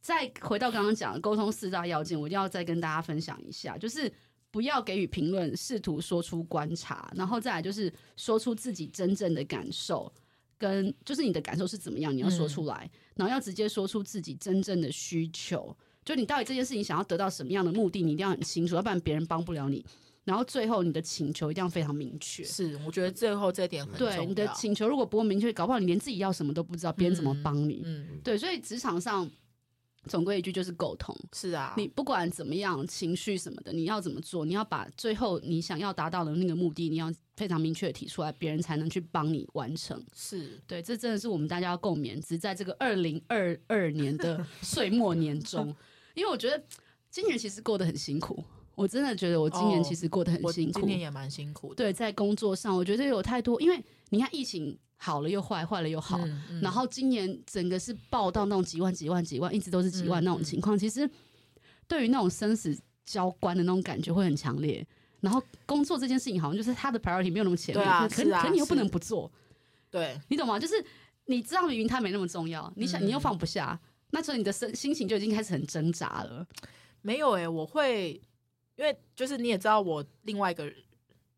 S1: 再回到刚刚讲的沟通四大要件，我一定要再跟大家分享一下，就是不要给予评论，试图说出观察，然后再来就是说出自己真正的感受，跟就是你的感受是怎么样，你要说出来，然后要直接说出自己真正的需求，就你到底这件事情想要得到什么样的目的，你一定要很清楚，要不然别人帮不了你。然后最后你的请求一定要非常明确，
S2: 是，我觉得最后这点很重要。
S1: 对你的请求如果不够明确，搞不好你连自己要什么都不知道，别人怎么
S2: 嗯
S1: 帮你？
S2: 嗯，
S1: 对，所以职场上总归一句就是沟通。
S2: 是啊，
S1: 你不管怎么样，情绪什么的，你要怎么做？你要把最后你想要达到的那个目的，你要非常明确的提出来，别人才能去帮你完成。
S2: 是
S1: 对，这真的是我们大家要共勉之，在这个二零二二年 的岁末年中，因为我觉得今年其实过得很辛苦，我真的觉得我今年
S2: 哦
S1: 其实过得很
S2: 我
S1: 辛
S2: 今
S1: 苦。
S2: 年也蛮辛苦的。
S1: 对，在工作上，我觉得有太多，因为你看疫情好了又坏，坏了又好，
S2: 嗯，嗯
S1: 然后今年整个是爆到那种几万、几万、几万，一直都是几万
S2: 嗯
S1: 那种情况。其实对于那种生死交关的那种感觉会很强烈。然后工作这件事情好像就是他的 priority 没有那么前面，
S2: 对啊
S1: 可
S2: 是啊
S1: 可你又不
S2: 是
S1: 能不做，
S2: 对，
S1: 你懂吗？就是你知道明明他没那么重要，你
S2: 嗯
S1: 想你又放不下，那时候你的身心情就已经开始很挣扎了。
S2: 没有哎、我会，因为就是你也知道我另外一个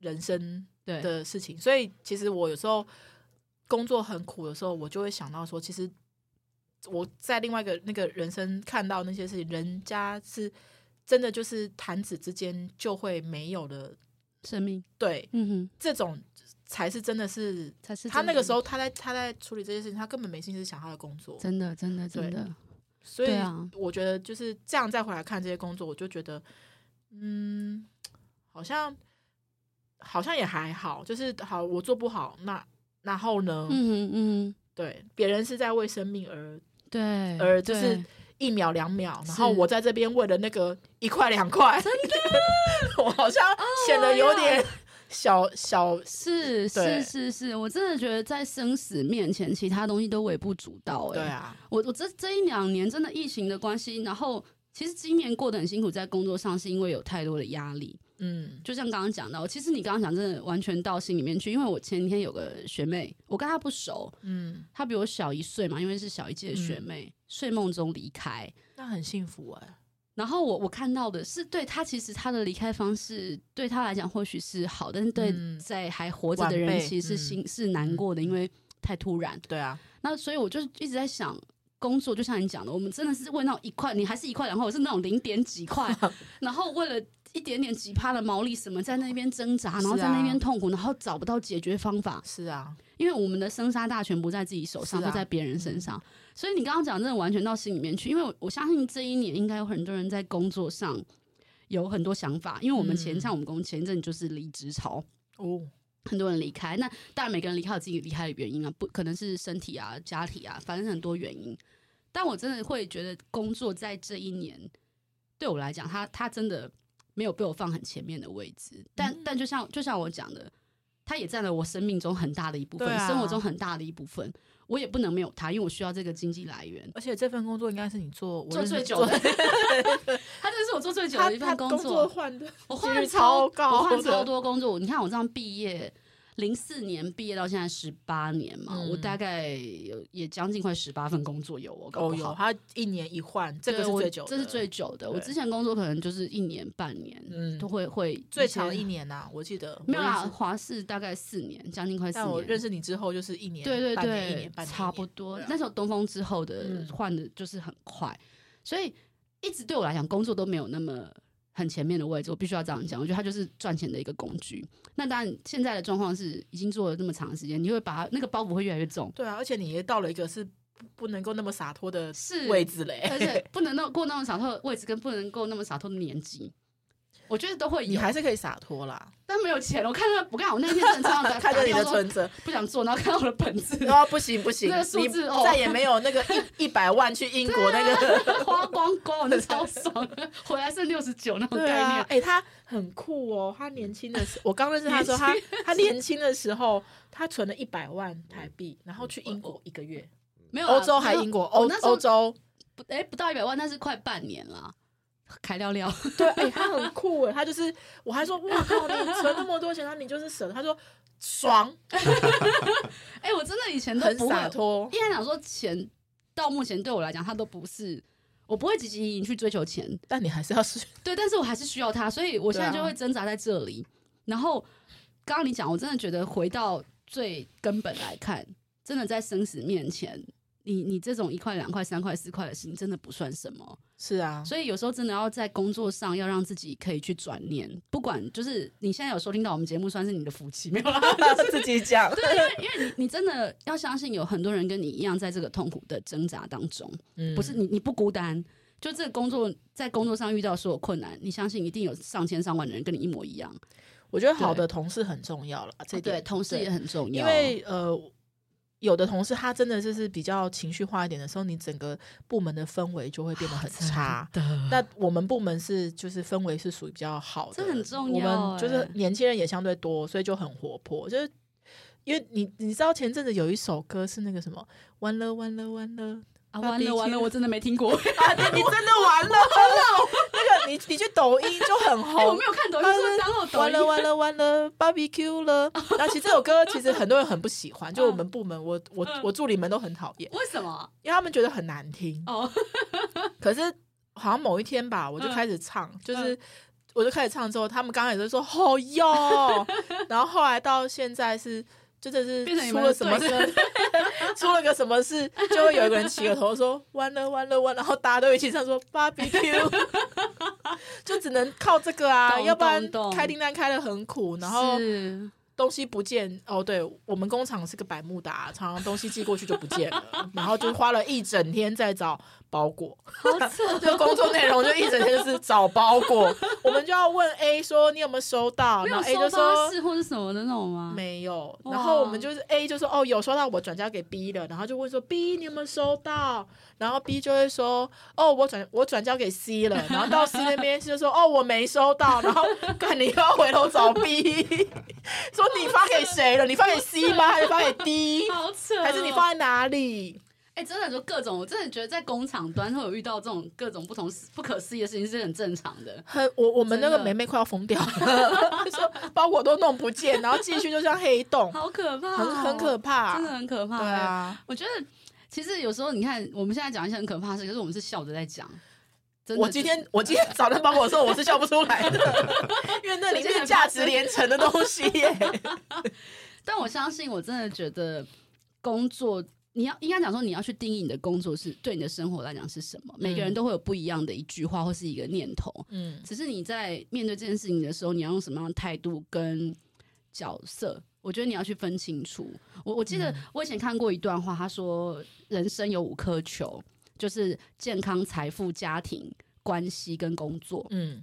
S2: 人生
S1: 对
S2: 的事情，所以其实我有时候工作很苦的时候，我就会想到说，其实我在另外一个那个人生看到那些事情，人家是真的就是弹指之间就会没有的，
S1: 生命，
S2: 对，
S1: 嗯哼，
S2: 这种才是真的是
S1: 才是
S2: 他
S1: 真
S2: 那
S1: 的
S2: 个时候他在他在处理这些事情，他根本没心思想他的工作，
S1: 真的真的真
S2: 对
S1: 的，
S2: 所以
S1: 对啊
S2: 我觉得就是这样再回来看这些工作，我就觉得，嗯，好像好像也还好，就是好我做不好，那然后呢，
S1: 嗯哼嗯
S2: 对，别人是在为生命而
S1: 哼，对，
S2: 呃就是
S1: 对
S2: 一秒两秒，然
S1: 是
S2: 后我在这边为了那个一块两块，真的，我好像显得有点小小，
S1: 是
S2: 对
S1: 是是是，我真的觉得在生死面前，其他东西都微不足道、欸。
S2: 对，啊，
S1: 我我这这一两年真的疫情的关系，然后其实今年过得很辛苦，在工作上是因为有太多的压力。
S2: 嗯
S1: 就像刚刚讲到，其实你刚刚讲真的完全到心里面去，因为我前几天有个学妹，我跟她不熟，
S2: 嗯，
S1: 她比我小一岁嘛，因为是小一届的学妹，睡梦中离开。
S2: 那很幸福哎、
S1: 然后我我看到的是，对她其实她的离开方式对她来讲或许是好，但是对
S2: 嗯
S1: 在还活着的
S2: 晚
S1: 人
S2: 辈嗯
S1: 其实是心、是难过的，因为太突然。
S2: 对啊，
S1: 那所以我就一直在想，工作就像你讲的，我们真的是为那种一块，你还是一块两块，我是那种零点几 块，然后为了一点点几趴的毛利什么，在那边挣扎，然后
S2: 是啊
S1: 在那边痛苦，然后找不到解决方法，
S2: 是啊，
S1: 因为我们的生杀大权不在自己手上，
S2: 是啊
S1: 都在别人身上。所以你刚刚讲真的完全到心里面去，因为我我相信这一年应该有很多人在工作上。有很多想法，因为我们前、
S2: 嗯
S1: 像我们公前一阵就是离职潮，
S2: 哦，
S1: 很多人离开。那当然，每个人离开有自己离开的原因啊，不可能是身体啊、家庭啊，反正很多原因。但我真的会觉得，工作在这一年对我来讲，它它真的没有被我放很前面的位置。但、但就像就像我讲的，它也占了我生命中很大的一部分，
S2: 对啊
S1: 生活中很大的一部分。我也不能没有它，因为我需要这个经济来源。
S2: 而且这份工作应该是你做我
S1: 做
S2: 认识
S1: 最久
S2: 做
S1: 的， 它真的是我做最久
S2: 他
S1: 的一
S2: 他
S1: 份
S2: 工
S1: 工作。
S2: 换的，
S1: 我
S2: 几
S1: 换
S2: 率
S1: 超
S2: 超高
S1: 我换超
S2: 的
S1: 多工作。你看我这样毕业，零四年毕业到现在十八年嘛，
S2: 嗯
S1: 我大概有也将近快十八份工作有哦，搞
S2: 哦
S1: 不
S2: 有，
S1: 好。
S2: 他一年一换，这个
S1: 对
S2: 是
S1: 我
S2: 最久的，
S1: 这是最久的。我
S2: 对
S1: 之前工作可能就是一年半年，
S2: 嗯
S1: 都会会
S2: 最
S1: 些
S2: 长一年呐、我记得
S1: 没有
S2: 我
S1: 啦，
S2: 认识
S1: 华视大概四年，将近快四
S2: 但我
S1: 年。
S2: 认识你之后就是一年，
S1: 对对
S2: 半年一
S1: 对
S2: 年，半年，
S1: 差不多
S2: 多。对啊。
S1: 那时候东风之后的
S2: 嗯
S1: 换的就是很快，所以一直对我来讲，工作都没有那么很前面的位置。我必须要这样讲，我觉得它就是赚钱的一个工具。那当然，现在的状况是已经做了这么长时间，你会把它那个包袱会越来越重，
S2: 对啊，而且你也到了一个是不不能够那么洒脱的
S1: 是
S2: 位置嘞、
S1: 而且不能那么过那么洒脱的位置，跟不能够那么洒脱的年纪。我觉得都会
S2: 你
S1: 有，
S2: 还是可以洒脱啦，
S1: 但没有钱。我看到我看我那天真的超想
S2: 看着你的
S1: 存，
S2: 存折，
S1: 不想做，然后看到我的本子，
S2: 然后不行不行，
S1: 那个数字
S2: 你
S1: 哦啊
S2: 再也没有那个一一百万去英国那 个。
S1: 花光光，那超爽 的，回来剩六十九那种
S2: 对
S1: 概念
S2: 啊，。哎、他很酷哦。他年轻的时我刚认识他的时候，他他年轻的时候，他存了一百万台币，然后去英国一个月，
S1: 没有啦
S2: 欧洲还英国，
S1: 我
S2: 欧
S1: 那时候
S2: 欧洲，
S1: 不哎、不到一百万，但是快半年啦。开聊聊，
S2: 对，哎、他很酷哎，他就是，我还说，哇靠，你存那么多钱，然后你就是舍得，他说 爽，
S1: 哎、我真的以前都
S2: 很
S1: 不会
S2: 洒，脱，
S1: 应该讲说钱到目前对我来讲，它都不是，我不会积极去追求钱，
S2: 但你还是要是，
S1: 对，但是我还是需要它，所以我现在
S2: 对啊
S1: 就会挣扎在这里。然后刚刚你讲，我真的觉得回到最根本来看，真的在生死面前，你你这种一块、两块、三块、四块的事情，真的不算什么。
S2: 是啊，
S1: 所以有时候真的要在工作上要让自己可以去转念，不管就是你现在有收听到我们节目，算是你的福气，没有啦。
S2: 自己讲，
S1: 因为你你真的要相信，有很多人跟你一样，在这个痛苦的挣扎当中，
S2: 嗯
S1: 不是你你不孤单。就这个工作，在工作上遇到所有困难，你相信一定有上千上万的人跟你一模一样。哦
S2: 我觉得好的同事很重要了，这一点
S1: 对，同事也很重要，
S2: 因为呃，有的同事他真的就是比较情绪化一点的时候，你整个部门的氛围就会变得很差。那我们部门是就是氛围是属于比较好的，
S1: 这很重
S2: 我
S1: 要
S2: 们就是
S1: 欸
S2: 年轻人也相对多，所以就很活泼，就是。因为你你知道前阵子有一首歌是那个什么完了完了完 了
S1: 啊，
S2: 他
S1: 完
S2: 比起
S1: 了完了，我真的没听过，哎
S2: 啊你你真的完了完了那个你你去抖音就很红，
S1: 哎我没有看抖音，
S2: 他
S1: 是不
S2: 是
S1: 是当我抖
S2: 完了
S1: 音
S2: 完了完了，barbecue 了。那其实这首歌其实很多人很不喜欢，就我们部门，我我
S1: 嗯
S2: 我助理们都很讨厌，
S1: 为什么？
S2: 因为他们觉得很难听。
S1: 哦，
S2: 可是好像某一天吧，我就开始唱，
S1: 嗯
S2: 就是哦 我就开始唱之后，他们刚开始就说好哟，然后后来到现在是真的是
S1: 变成你
S2: 出
S1: 们
S2: 了
S1: 的
S2: 什么
S1: 对
S2: 事， 出了个什么事，就会有一个人起个头说完了完了完了，然后大家都一起唱说 barbecue，就只能靠这个啊，
S1: 懂
S2: 要不然
S1: 懂懂
S2: 开订单开的很苦，然后
S1: 是
S2: 东西不见哦，对我们工厂是个百慕达，常常东西寄过去就不见了，然后就花了一整天在找包裹，
S1: 好 扯，
S2: 这个工作内容就一整天就是找包裹，我们就要问 A 说你有没有收到，
S1: 没
S2: 然
S1: 有
S2: 后 A
S1: 收
S2: 就
S1: 发
S2: 说
S1: 室或是什么的那种吗？
S2: 没有，
S1: 哇
S2: 然后我们就是 A 就说哦有收到，我转交给 B 了，然后就问说 B 你有没有收到，然后 B 就会说哦我转我转交给 C 了，然后到 C 那边就说哦我没收到，然后看你又要回头找 B，说你发给谁了？你发给 C 吗？还是发给 D？
S1: 好扯哦、
S2: 还是你放在哪里？
S1: 哎、真的就各种，我真的觉得在工厂端会有遇到这种各种不同不可思议的事情是很正常的。
S2: 很，我我们那
S1: 真
S2: 个
S1: 的
S2: 梅梅快要疯掉了， 说包裹都弄不见，然后进去就像 黑洞，
S1: 好可怕、哦
S2: 很很可，怕，
S1: 真的很可怕、哎
S2: 对啊。
S1: 我觉得其实有时候你看，我们现在讲一些很可怕的事，可是我们是笑着在讲。真的
S2: 我今天我今天找那包裹的时候，我是笑不出来的，因为那里面价值连城的东西耶。
S1: 但我相信，我真的觉得工作，你要应该讲说，你要去定义你的工作是对你的生活来讲是什么。每个人都会有不一样的一句话或是一个念头，
S2: 嗯，
S1: 只是你在面对这件事情的时候，你要用什么样的态度跟角色？我觉得你要去分清楚。我我记得我以前看过一段话，他说人生有五颗球，就是健康、财富、家庭、关系跟工作。
S2: 嗯，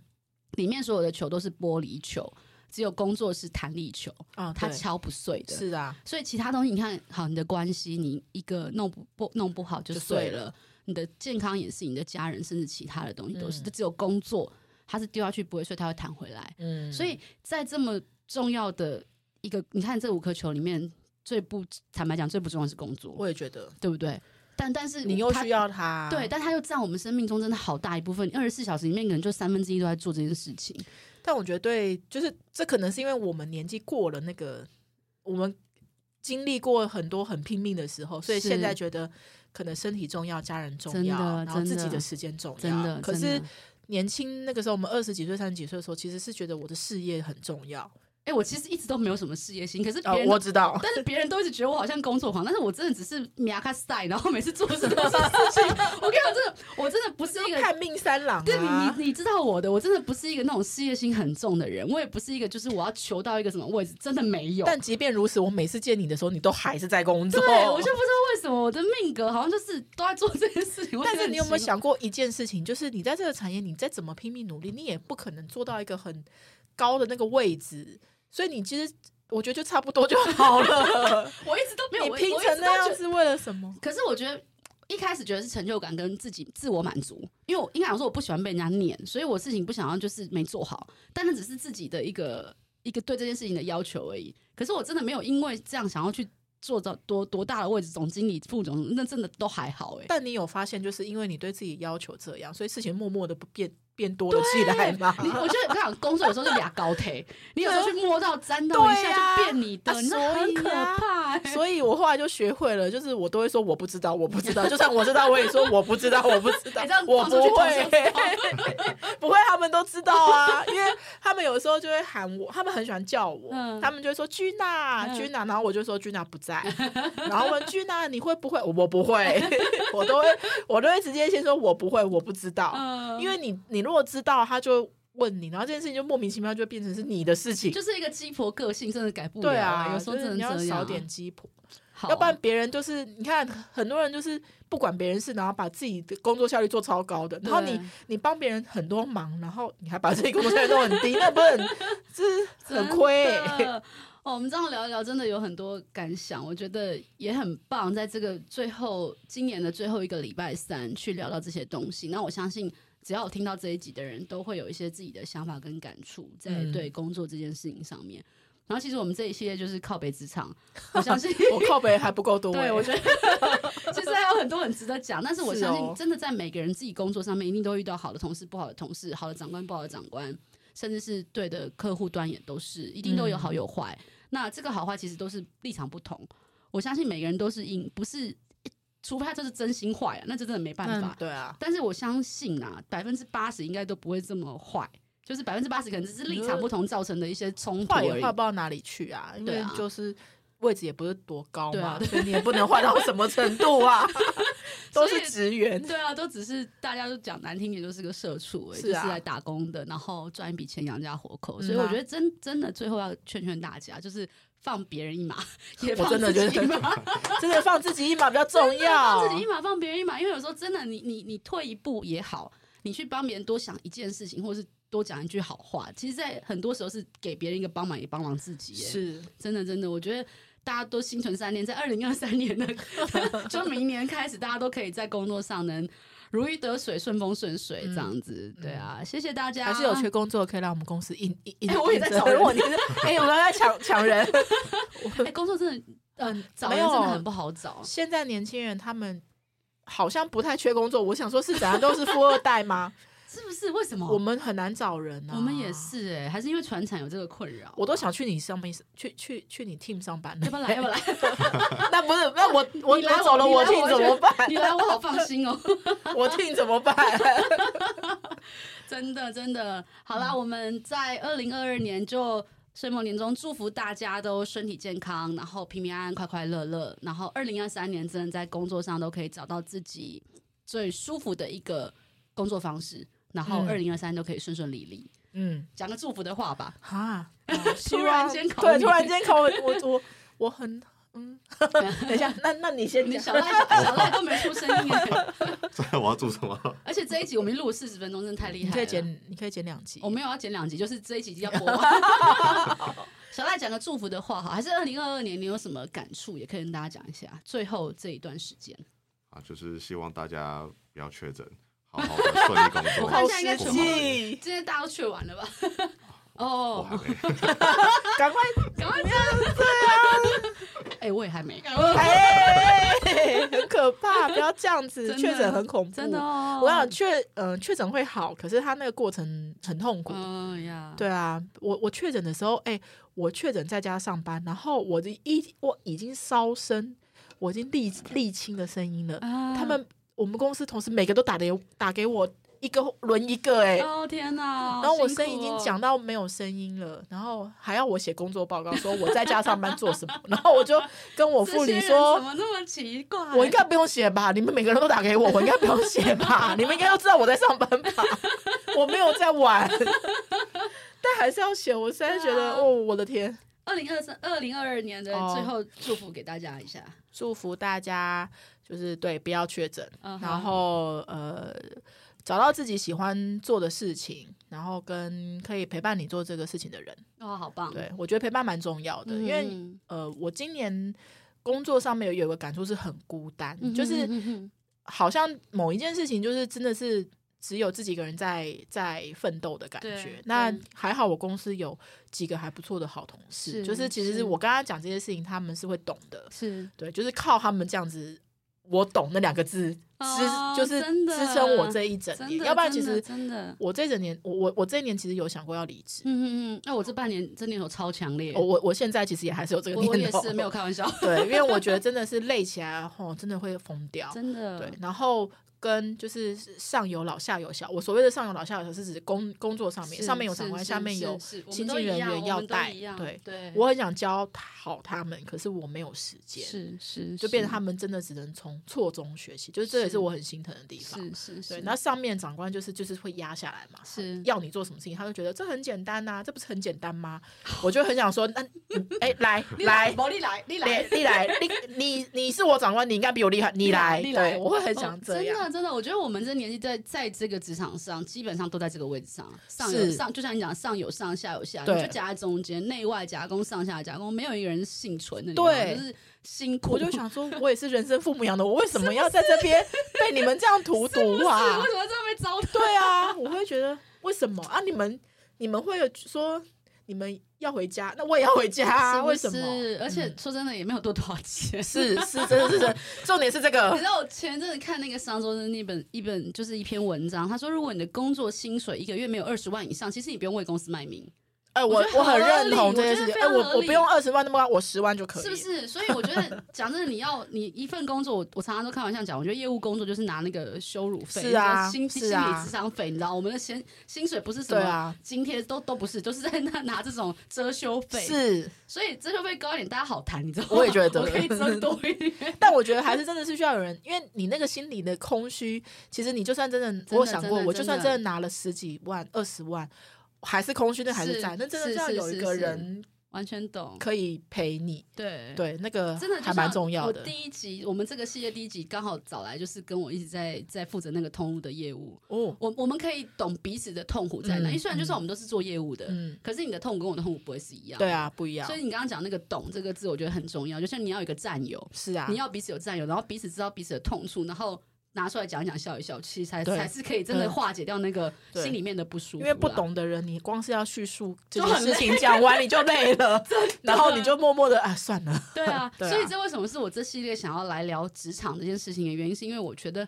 S1: 里面所有的球都是玻璃球，只有工作是弹力球，
S2: 啊，
S1: 它
S2: 对
S1: 敲不碎的。
S2: 是啊，
S1: 所以其他东西，你看好你的关系，你一个弄不不弄不好就
S2: 就
S1: 碎
S2: 碎了
S1: 了，你的健康也是，你的家人甚至其他的东西都是，
S2: 嗯
S1: 这只有工作它是丢下去不会碎，它会弹回来。
S2: 嗯，
S1: 所以在这么重要的一个，你看这五颗球里面最不坦白讲最不重要的是工作，
S2: 我也觉得
S1: 对不对？但但是
S2: 你又
S1: 它
S2: 需要啊它，
S1: 对，但它又占我们生命中真的好大一部分，二十四小时里面可能就三分之一都在做这件事情。
S2: 但我觉得对，就是这可能是因为我们年纪过了那个，我们经历过很多很拼命的时候，所以
S1: 是
S2: 现在觉得可能身体重要、家人重要，
S1: 真的
S2: 然后自
S1: 真
S2: 己
S1: 的
S2: 的时间重要。
S1: 真的，
S2: 可
S1: 真
S2: 是
S1: 的
S2: 年轻那个时候，我们二十几岁、三十几岁的时候，其实是觉得我的事业很重要。
S1: 哎、我其实一直都没有什么事业心，可是
S2: 哦
S1: 别，人、
S2: 我知道，
S1: 但是别人都一直觉得我好像工作狂，但是我真的只是米亚卡赛，然后每次做事都是事情。我跟你讲，真的，我真的不是一个。
S2: 看命三郎、啊，
S1: 对你，你你知道我的，我真的不是一个那种事业心很重的人，我也不是一个就是我要求到一个什么位置，真的没有。
S2: 但即便如此，我每次见你的时候，你都还是在哦工作。
S1: 对，我就不知道为什么我的命格好像就是都在做这件事情。我觉
S2: 但
S1: 得
S2: 是
S1: 很
S2: 你有没有
S1: 奇怪
S2: 想过一件事情，就是你在这个产业，你再怎么拼命努力，你也不可能做到一个很高的那个位置，所以你其实我觉得就差不 多就好了。
S1: 我一直都没有
S2: 你
S1: 我
S2: 拼
S1: 我一直
S2: 成那
S1: 都觉
S2: 样
S1: 得
S2: 是为了什么？
S1: 可是我觉得一开始觉得是成就感跟自己自我满足，因为我应该讲说我不喜欢被人家念，所以我事情不想要就是没做好，但那只是自己的一个一个对这件事情的要求而已。可是我真的没有因为这样想要去做到多多大的位置，总经理、副总，那真的都还好哎、
S2: 但你有发现，就是因为你对自己要求这样，所以事情默默的变变多了起来吗？
S1: 你我觉得我跟你讲，工作有时候是俩高 腿，你有时候去摸到、沾到一
S2: 对
S1: 下
S2: 啊
S1: 就变你的，
S2: 啊
S1: 你那很可
S2: 所以啊
S1: 怕、 欸。
S2: 所以我后来就学会了，就是我都会说我不知道，我不知道，就算我知道，我也说我不知道，我不知道
S1: 你这样，
S2: 我
S1: 放
S2: 不
S1: 出去
S2: 会， 不会，他们都知道啊，因为他们有时候就会喊我，他们很喜欢叫我，
S1: 嗯
S2: 他们就会说君娜，
S1: 嗯
S2: 君啊娜，然后我就说君娜 不在，然后问君娜你会不会？我不会， 我都会，我都会直接先说我不会，我不知道，
S1: 嗯
S2: 啊因为你你如果知道，他就问你，然后这件事情就莫名其妙就变成是你的事情。
S1: 就是一个鸡婆个性，真的改不了、欸
S2: 对啊，
S1: 有时候
S2: 就是
S1: 真
S2: 你
S1: 的
S2: 要
S1: 这样。
S2: 少点鸡婆，
S1: 好，
S2: 要不然别人就是你看，很多人就是不管别人事，然后把自己的工作效率做超高的，然后你
S1: 对
S2: 你帮别人很多忙，然后你还把自己工作效率弄很 低，那不是很这是很亏、
S1: 真的哦，我们这样聊一聊，真的有很多感想，我觉得也很棒。在这个最后今年的最后一个礼拜三，去聊到这些东西，那我相信只要有听到这一集的人，都会有一些自己的想法跟感触，在
S2: 嗯
S1: 对工作这件事情上面。然后，其实我们这一系列就是靠北职场，我 相信
S2: 我靠北还不够多、欸
S1: 对，我觉
S2: 得
S1: 得其实还有很多很值得讲，但是我
S2: 是
S1: 相
S2: 哦
S1: 信，真的在每个人自己工作上面，一定都会遇到好的同事、不好的同事、好的长官、不好的长官，甚至是对的客户端也都是，一定都有
S2: 嗯
S1: 好有坏。那这个好坏其实都是立场不同，我相信每个人都是因不是，除非他就是真心坏、啊，那就真的没办法。
S2: 对啊，
S1: 但是我相信啊，百分之八十应该都不会这么坏，就是百分之八十可能只是立场不同造成的一些冲突
S2: 话也
S1: 而已
S2: 话不到哪里去啊，因
S1: 对
S2: 为
S1: 啊
S2: 就是位置也不是多高
S1: 对
S2: 嘛，
S1: 啊对
S2: 所以你也不能换到什么程度 啊，都是职员。
S1: 对啊，都只是大家都讲难听点，就是个社畜、欸，
S2: 是啊
S1: 就是来打工的，然后赚一笔钱养家活口。
S2: 嗯啊
S1: 所以我觉得真真的最后要劝劝大家，就是放别人一马，也
S2: 我
S1: 放
S2: 真的
S1: 自
S2: 觉
S1: 己
S2: 得
S1: 一 马，
S2: 真的放自己一马比较重
S1: 真的放
S2: 要。
S1: 自己一马，放别人一马。因为有时候真的你，你你退一步也好，你去帮别人多想一件事情，或是多讲一句好话，其实，在很多时候是给别人一个帮忙，也帮忙自己、欸。
S2: 是，
S1: 真的真的，我觉得大家都心存善念，在二零二三年的 就明年开始，大家都可以在工作上能如鱼得水、顺风顺水这样子。对啊，谢谢大家。
S2: 嗯还是有缺工作可以来我们公司应应应
S1: 哎我也在
S2: 应征
S1: 找人
S2: 我你是哎，我们在抢抢人。
S1: 哎、工作真的嗯，找人
S2: 没有
S1: 真的很不好找。
S2: 现在年轻人他们好像不太缺工作，我想说是怎样都是富二 代吗？
S1: 是不是？为什么？
S2: 我们很难找人啊。
S1: 我们也，是哎、还是因为船产有这个困扰。
S2: 我都想去你上面去去去你 team 上班了
S1: 要不要来？要不要来？
S2: 那不是那我我
S1: 你来
S2: 我走了，
S1: 你来
S2: 我 team
S1: 我
S2: 怎 么办？
S1: 你来，我好放心哦。
S2: 我 team 怎么办？
S1: 真的，真的。好
S2: 嗯
S1: 啦，我们在二零二二年就岁末年终，祝福大家都身体健康，然后平平安安、快快乐乐。然后二零二三年真的在工作上都可以找到自己最舒服的一个工作方式，然后
S2: 嗯
S1: 二零二三都可以顺顺利利。
S2: 嗯。
S1: 讲个祝福的话吧。
S2: 啊，
S1: 突然间考
S2: 对，
S1: 你
S2: 突然间考我，我我我很 嗯，等一下，那那你先
S1: 你
S2: 讲
S1: 小赖小赖都没出声音 耶，
S3: 所以我要做什么？
S1: 而且这一集我们录四十分钟，真的太厉
S2: 你
S1: 害
S2: 可以
S1: 了。
S2: 剪，你可以剪两集
S1: 我。没有要剪两集，就是这一集要播 完。小赖讲个祝福的话哈，还是二零二二年你有什么感触，也可以跟大家讲一下。最后这一段时间，
S3: 啊，就是希望大家不要确诊，好好的顺利 工
S1: 我看
S3: 作
S1: 一。下应该
S3: 全部
S2: 际，
S1: 今天大家都去完了 吧？
S3: 我
S1: 哦
S3: 还，没，
S2: 赶快
S1: 赶快这样子啊！哎，我也还没，
S2: 哎，很可怕，不要这样子，
S1: 真的
S2: 确诊很恐怖，
S1: 真的。哦。
S2: 我想确嗯确诊会好，可是他那个过程很痛苦。
S1: 嗯呀，
S2: 对啊，我我确诊的时候，哎、我确诊在家上班，然后我的一我已经烧声，我已经沥沥青的声音了，
S1: 啊，
S2: 他们我们公司同事每个都打给打给我一个轮一个哎、
S1: 哦天哪！
S2: 然后我
S1: 好辛
S2: 声
S1: 苦
S2: 已
S1: 哦
S2: 经讲到没有声音了，然后还要我写工作报告，说我在家上班做什么， 然后我就跟我副理
S1: 这些人
S2: 说
S1: 怎，么那么奇怪？
S2: 我应该不用写吧，你们每个人都打给我，我应该不用写吧，你们应该都知道我在上班吧， 我没有在玩， 但还是要写，我实在觉
S1: 对
S2: 得、
S1: 啊
S2: 哦，我的天，
S1: 二零二三、二零二二年的
S2: 哦
S1: 最后祝福给大家一下。
S2: 祝福大家就是对不要确诊，
S1: 嗯哼
S2: 然后呃找到自己喜欢做的事情，然后跟可以陪伴你做这个事情的人。
S1: 哦，好棒！
S2: 对我觉得陪伴蛮重要的，
S1: 嗯，
S2: 因为呃我今年。工作上面有有个感触是很孤单，
S1: 嗯
S2: 就是
S1: 嗯嗯嗯
S2: 好像某一件事情，就是真的是只有自己一个人在在奋斗的感觉
S1: 对。
S2: 那
S1: 对
S2: 还好，我公司有几个还不错的好同事，
S1: 是
S2: 就是其实是
S1: 是
S2: 我跟他讲这些事情，他们是会懂的。
S1: 是
S2: 对，就是靠他们这样子，我懂那两个字支，
S1: 哦
S2: 就是
S1: 真的
S2: 支撑我这一整
S1: 真
S2: 年。
S1: 的，
S2: 要不然，其
S1: 真的
S2: 实
S1: 真的，
S2: 我这整年，我我我这一年其实有想过要离职。
S1: 嗯嗯嗯，那我这半年这念头超强烈，
S2: 我我哦我现在其实也还是有这个
S1: 嗯我我
S2: 念
S1: 也
S2: 头，
S1: 是没有开玩笑，
S2: 对，因为我觉得真的是累起来，吼，真的会疯掉。
S1: 真的，
S2: 对，然后跟就是上有老下有小，我所谓的上有老下有小是指工工作上面，
S1: 是
S2: 上面有
S1: 是
S2: 长官，
S1: 是
S2: 下面
S1: 是
S2: 有。
S1: 是我们
S2: 行
S1: 都
S2: 政
S1: 一
S2: 人
S1: 样
S2: 员
S1: 我
S2: 要
S1: 们都
S2: 带
S1: 一样
S2: 对
S1: 对，
S2: 我很想教好他们，可是我没有时间。
S1: 是是
S2: 就变成他们真的只能从错中学习，就是这也是
S1: 是
S2: 我很心疼的地方。
S1: 是是是，
S2: 对，那上面长官就是就是会压下来嘛，
S1: 是
S2: 要你做什么事情，他就觉得这很简单呐、这不是很简单吗？我就很想说， 那你哎、来来，
S1: 毛利来你来。
S2: 你你来，你你你是我长官，你应该比我厉害，你来，
S1: 你来
S2: 对，我会很
S1: 哦
S2: 想这
S1: 真
S2: 样。
S1: 的，真的，我觉得我们这年纪在在这个职场上，基本上都在这个位置上，上有
S2: 是
S1: 上，就像你讲，上有上，下有下，你
S2: 对
S1: 就夹在中间，内外夹攻，上下夹攻，没有一个人是幸存的，你
S2: 对
S1: 知道吗就是辛苦。
S2: 我就想说，我也是人生父母养的，我为什么要在这边被你们这样荼毒啊
S1: 为？什么这样被糟蹋？
S2: 对啊，我会觉得为什么啊？你们你们会有说你们要回家，那我也要回家、啊，
S1: 是不
S2: 为什么？
S1: 是而且说真的，也没有多多少钱。
S2: 是是，真的是真的，重点是这
S1: 你
S2: 个
S1: 知道我前阵子看那个商周的那本一本就是一篇文章，他说如果你的工作薪水一个月没有二十万以上，其实你不用为公司卖命，
S2: 哎，我
S1: 我觉得很
S2: 很
S1: 合
S2: 认
S1: 理
S2: 同
S1: 我
S2: 这件
S1: 觉
S2: 事
S1: 得
S2: 情。
S1: 非
S2: 哎，
S1: 常
S2: 我
S1: 合
S2: 我
S1: 理
S2: 不用二十万那么高，我十万就可以。
S1: 是不？是？所以我觉得讲真的，你要你一份工作，我我常常都开玩笑讲，我觉得业务工作就是拿那个羞辱费，
S2: 是啊
S1: 就是心
S2: 是啊
S1: 心理智商费，你知道，我们的薪薪水不是什
S2: 对
S1: 么
S2: 啊，
S1: 津贴，都都不是，就是在那拿这种遮羞费，
S2: 是。
S1: 所以遮羞费高一点，大家好谈，你知道吗？
S2: 我也觉得
S1: 我可以遮多一 点，
S2: 但我觉得还是真的是需要有人，因为你那个心里的空虚，其实你就算真的，
S1: 的
S2: 我有想过，
S1: 真的
S2: 我就算
S1: 真
S2: 真
S1: 的
S2: 的拿了十几万、二十万，还是空虚，那还是
S1: 是
S2: 在，那真的
S1: 是
S2: 是要
S1: 是
S2: 有一
S1: 是
S2: 个
S1: 是
S2: 人
S1: 完全懂，
S2: 可以陪你，
S1: 对。
S2: 对，那个
S1: 真的就
S2: 还蛮
S1: 像
S2: 重要
S1: 我
S2: 的。
S1: 第一集，我们这个系列第一集刚好找来，就是跟我一直在在负责那个通路的业务。
S2: 哦，
S1: 我我们可以懂彼此的痛苦在哪，
S2: 嗯
S1: 因为虽然就
S2: 嗯
S1: 算我们都是做业务的，
S2: 嗯，
S1: 可是你的痛苦跟我的痛苦不会是一样。
S2: 对，啊，不一样
S1: 所，以你刚刚讲那个“懂”这个字，我觉得很重要。就像你要有一个战友，
S2: 是啊
S1: 你，要彼此有战友，然后彼此知道彼此的痛处，然后拿出来讲一讲，笑一笑，其实才
S2: 对
S1: 才是可以真的
S2: 嗯
S1: 化解掉那个
S2: 对
S1: 心里面的不舒服。啊
S2: 因为不，懂的人，你光是要叙述这
S1: 就
S2: 件
S1: 很
S2: 事情讲完你就累 了，然后你就默默的啊算了，
S1: 对啊，
S2: 对啊
S1: 所以这为什么是我这系列想要来聊职场这件事情的原因，是因为我觉得。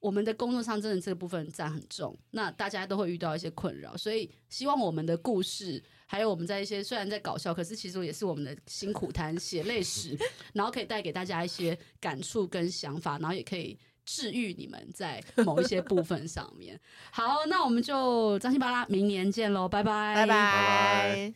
S1: 我们的工作上真的这个部分占很重，那大家都会遇到一些困扰，所以希望我们的故事，还有我们在一些虽然在搞笑，可是其实也是我们的辛苦谈、血泪 史，然后可以带给大家一些感触跟想法，然后也可以治愈你们在某一些部分上面。好，那我们就张西巴拉，明年见喽，拜拜，
S2: 拜
S3: 拜。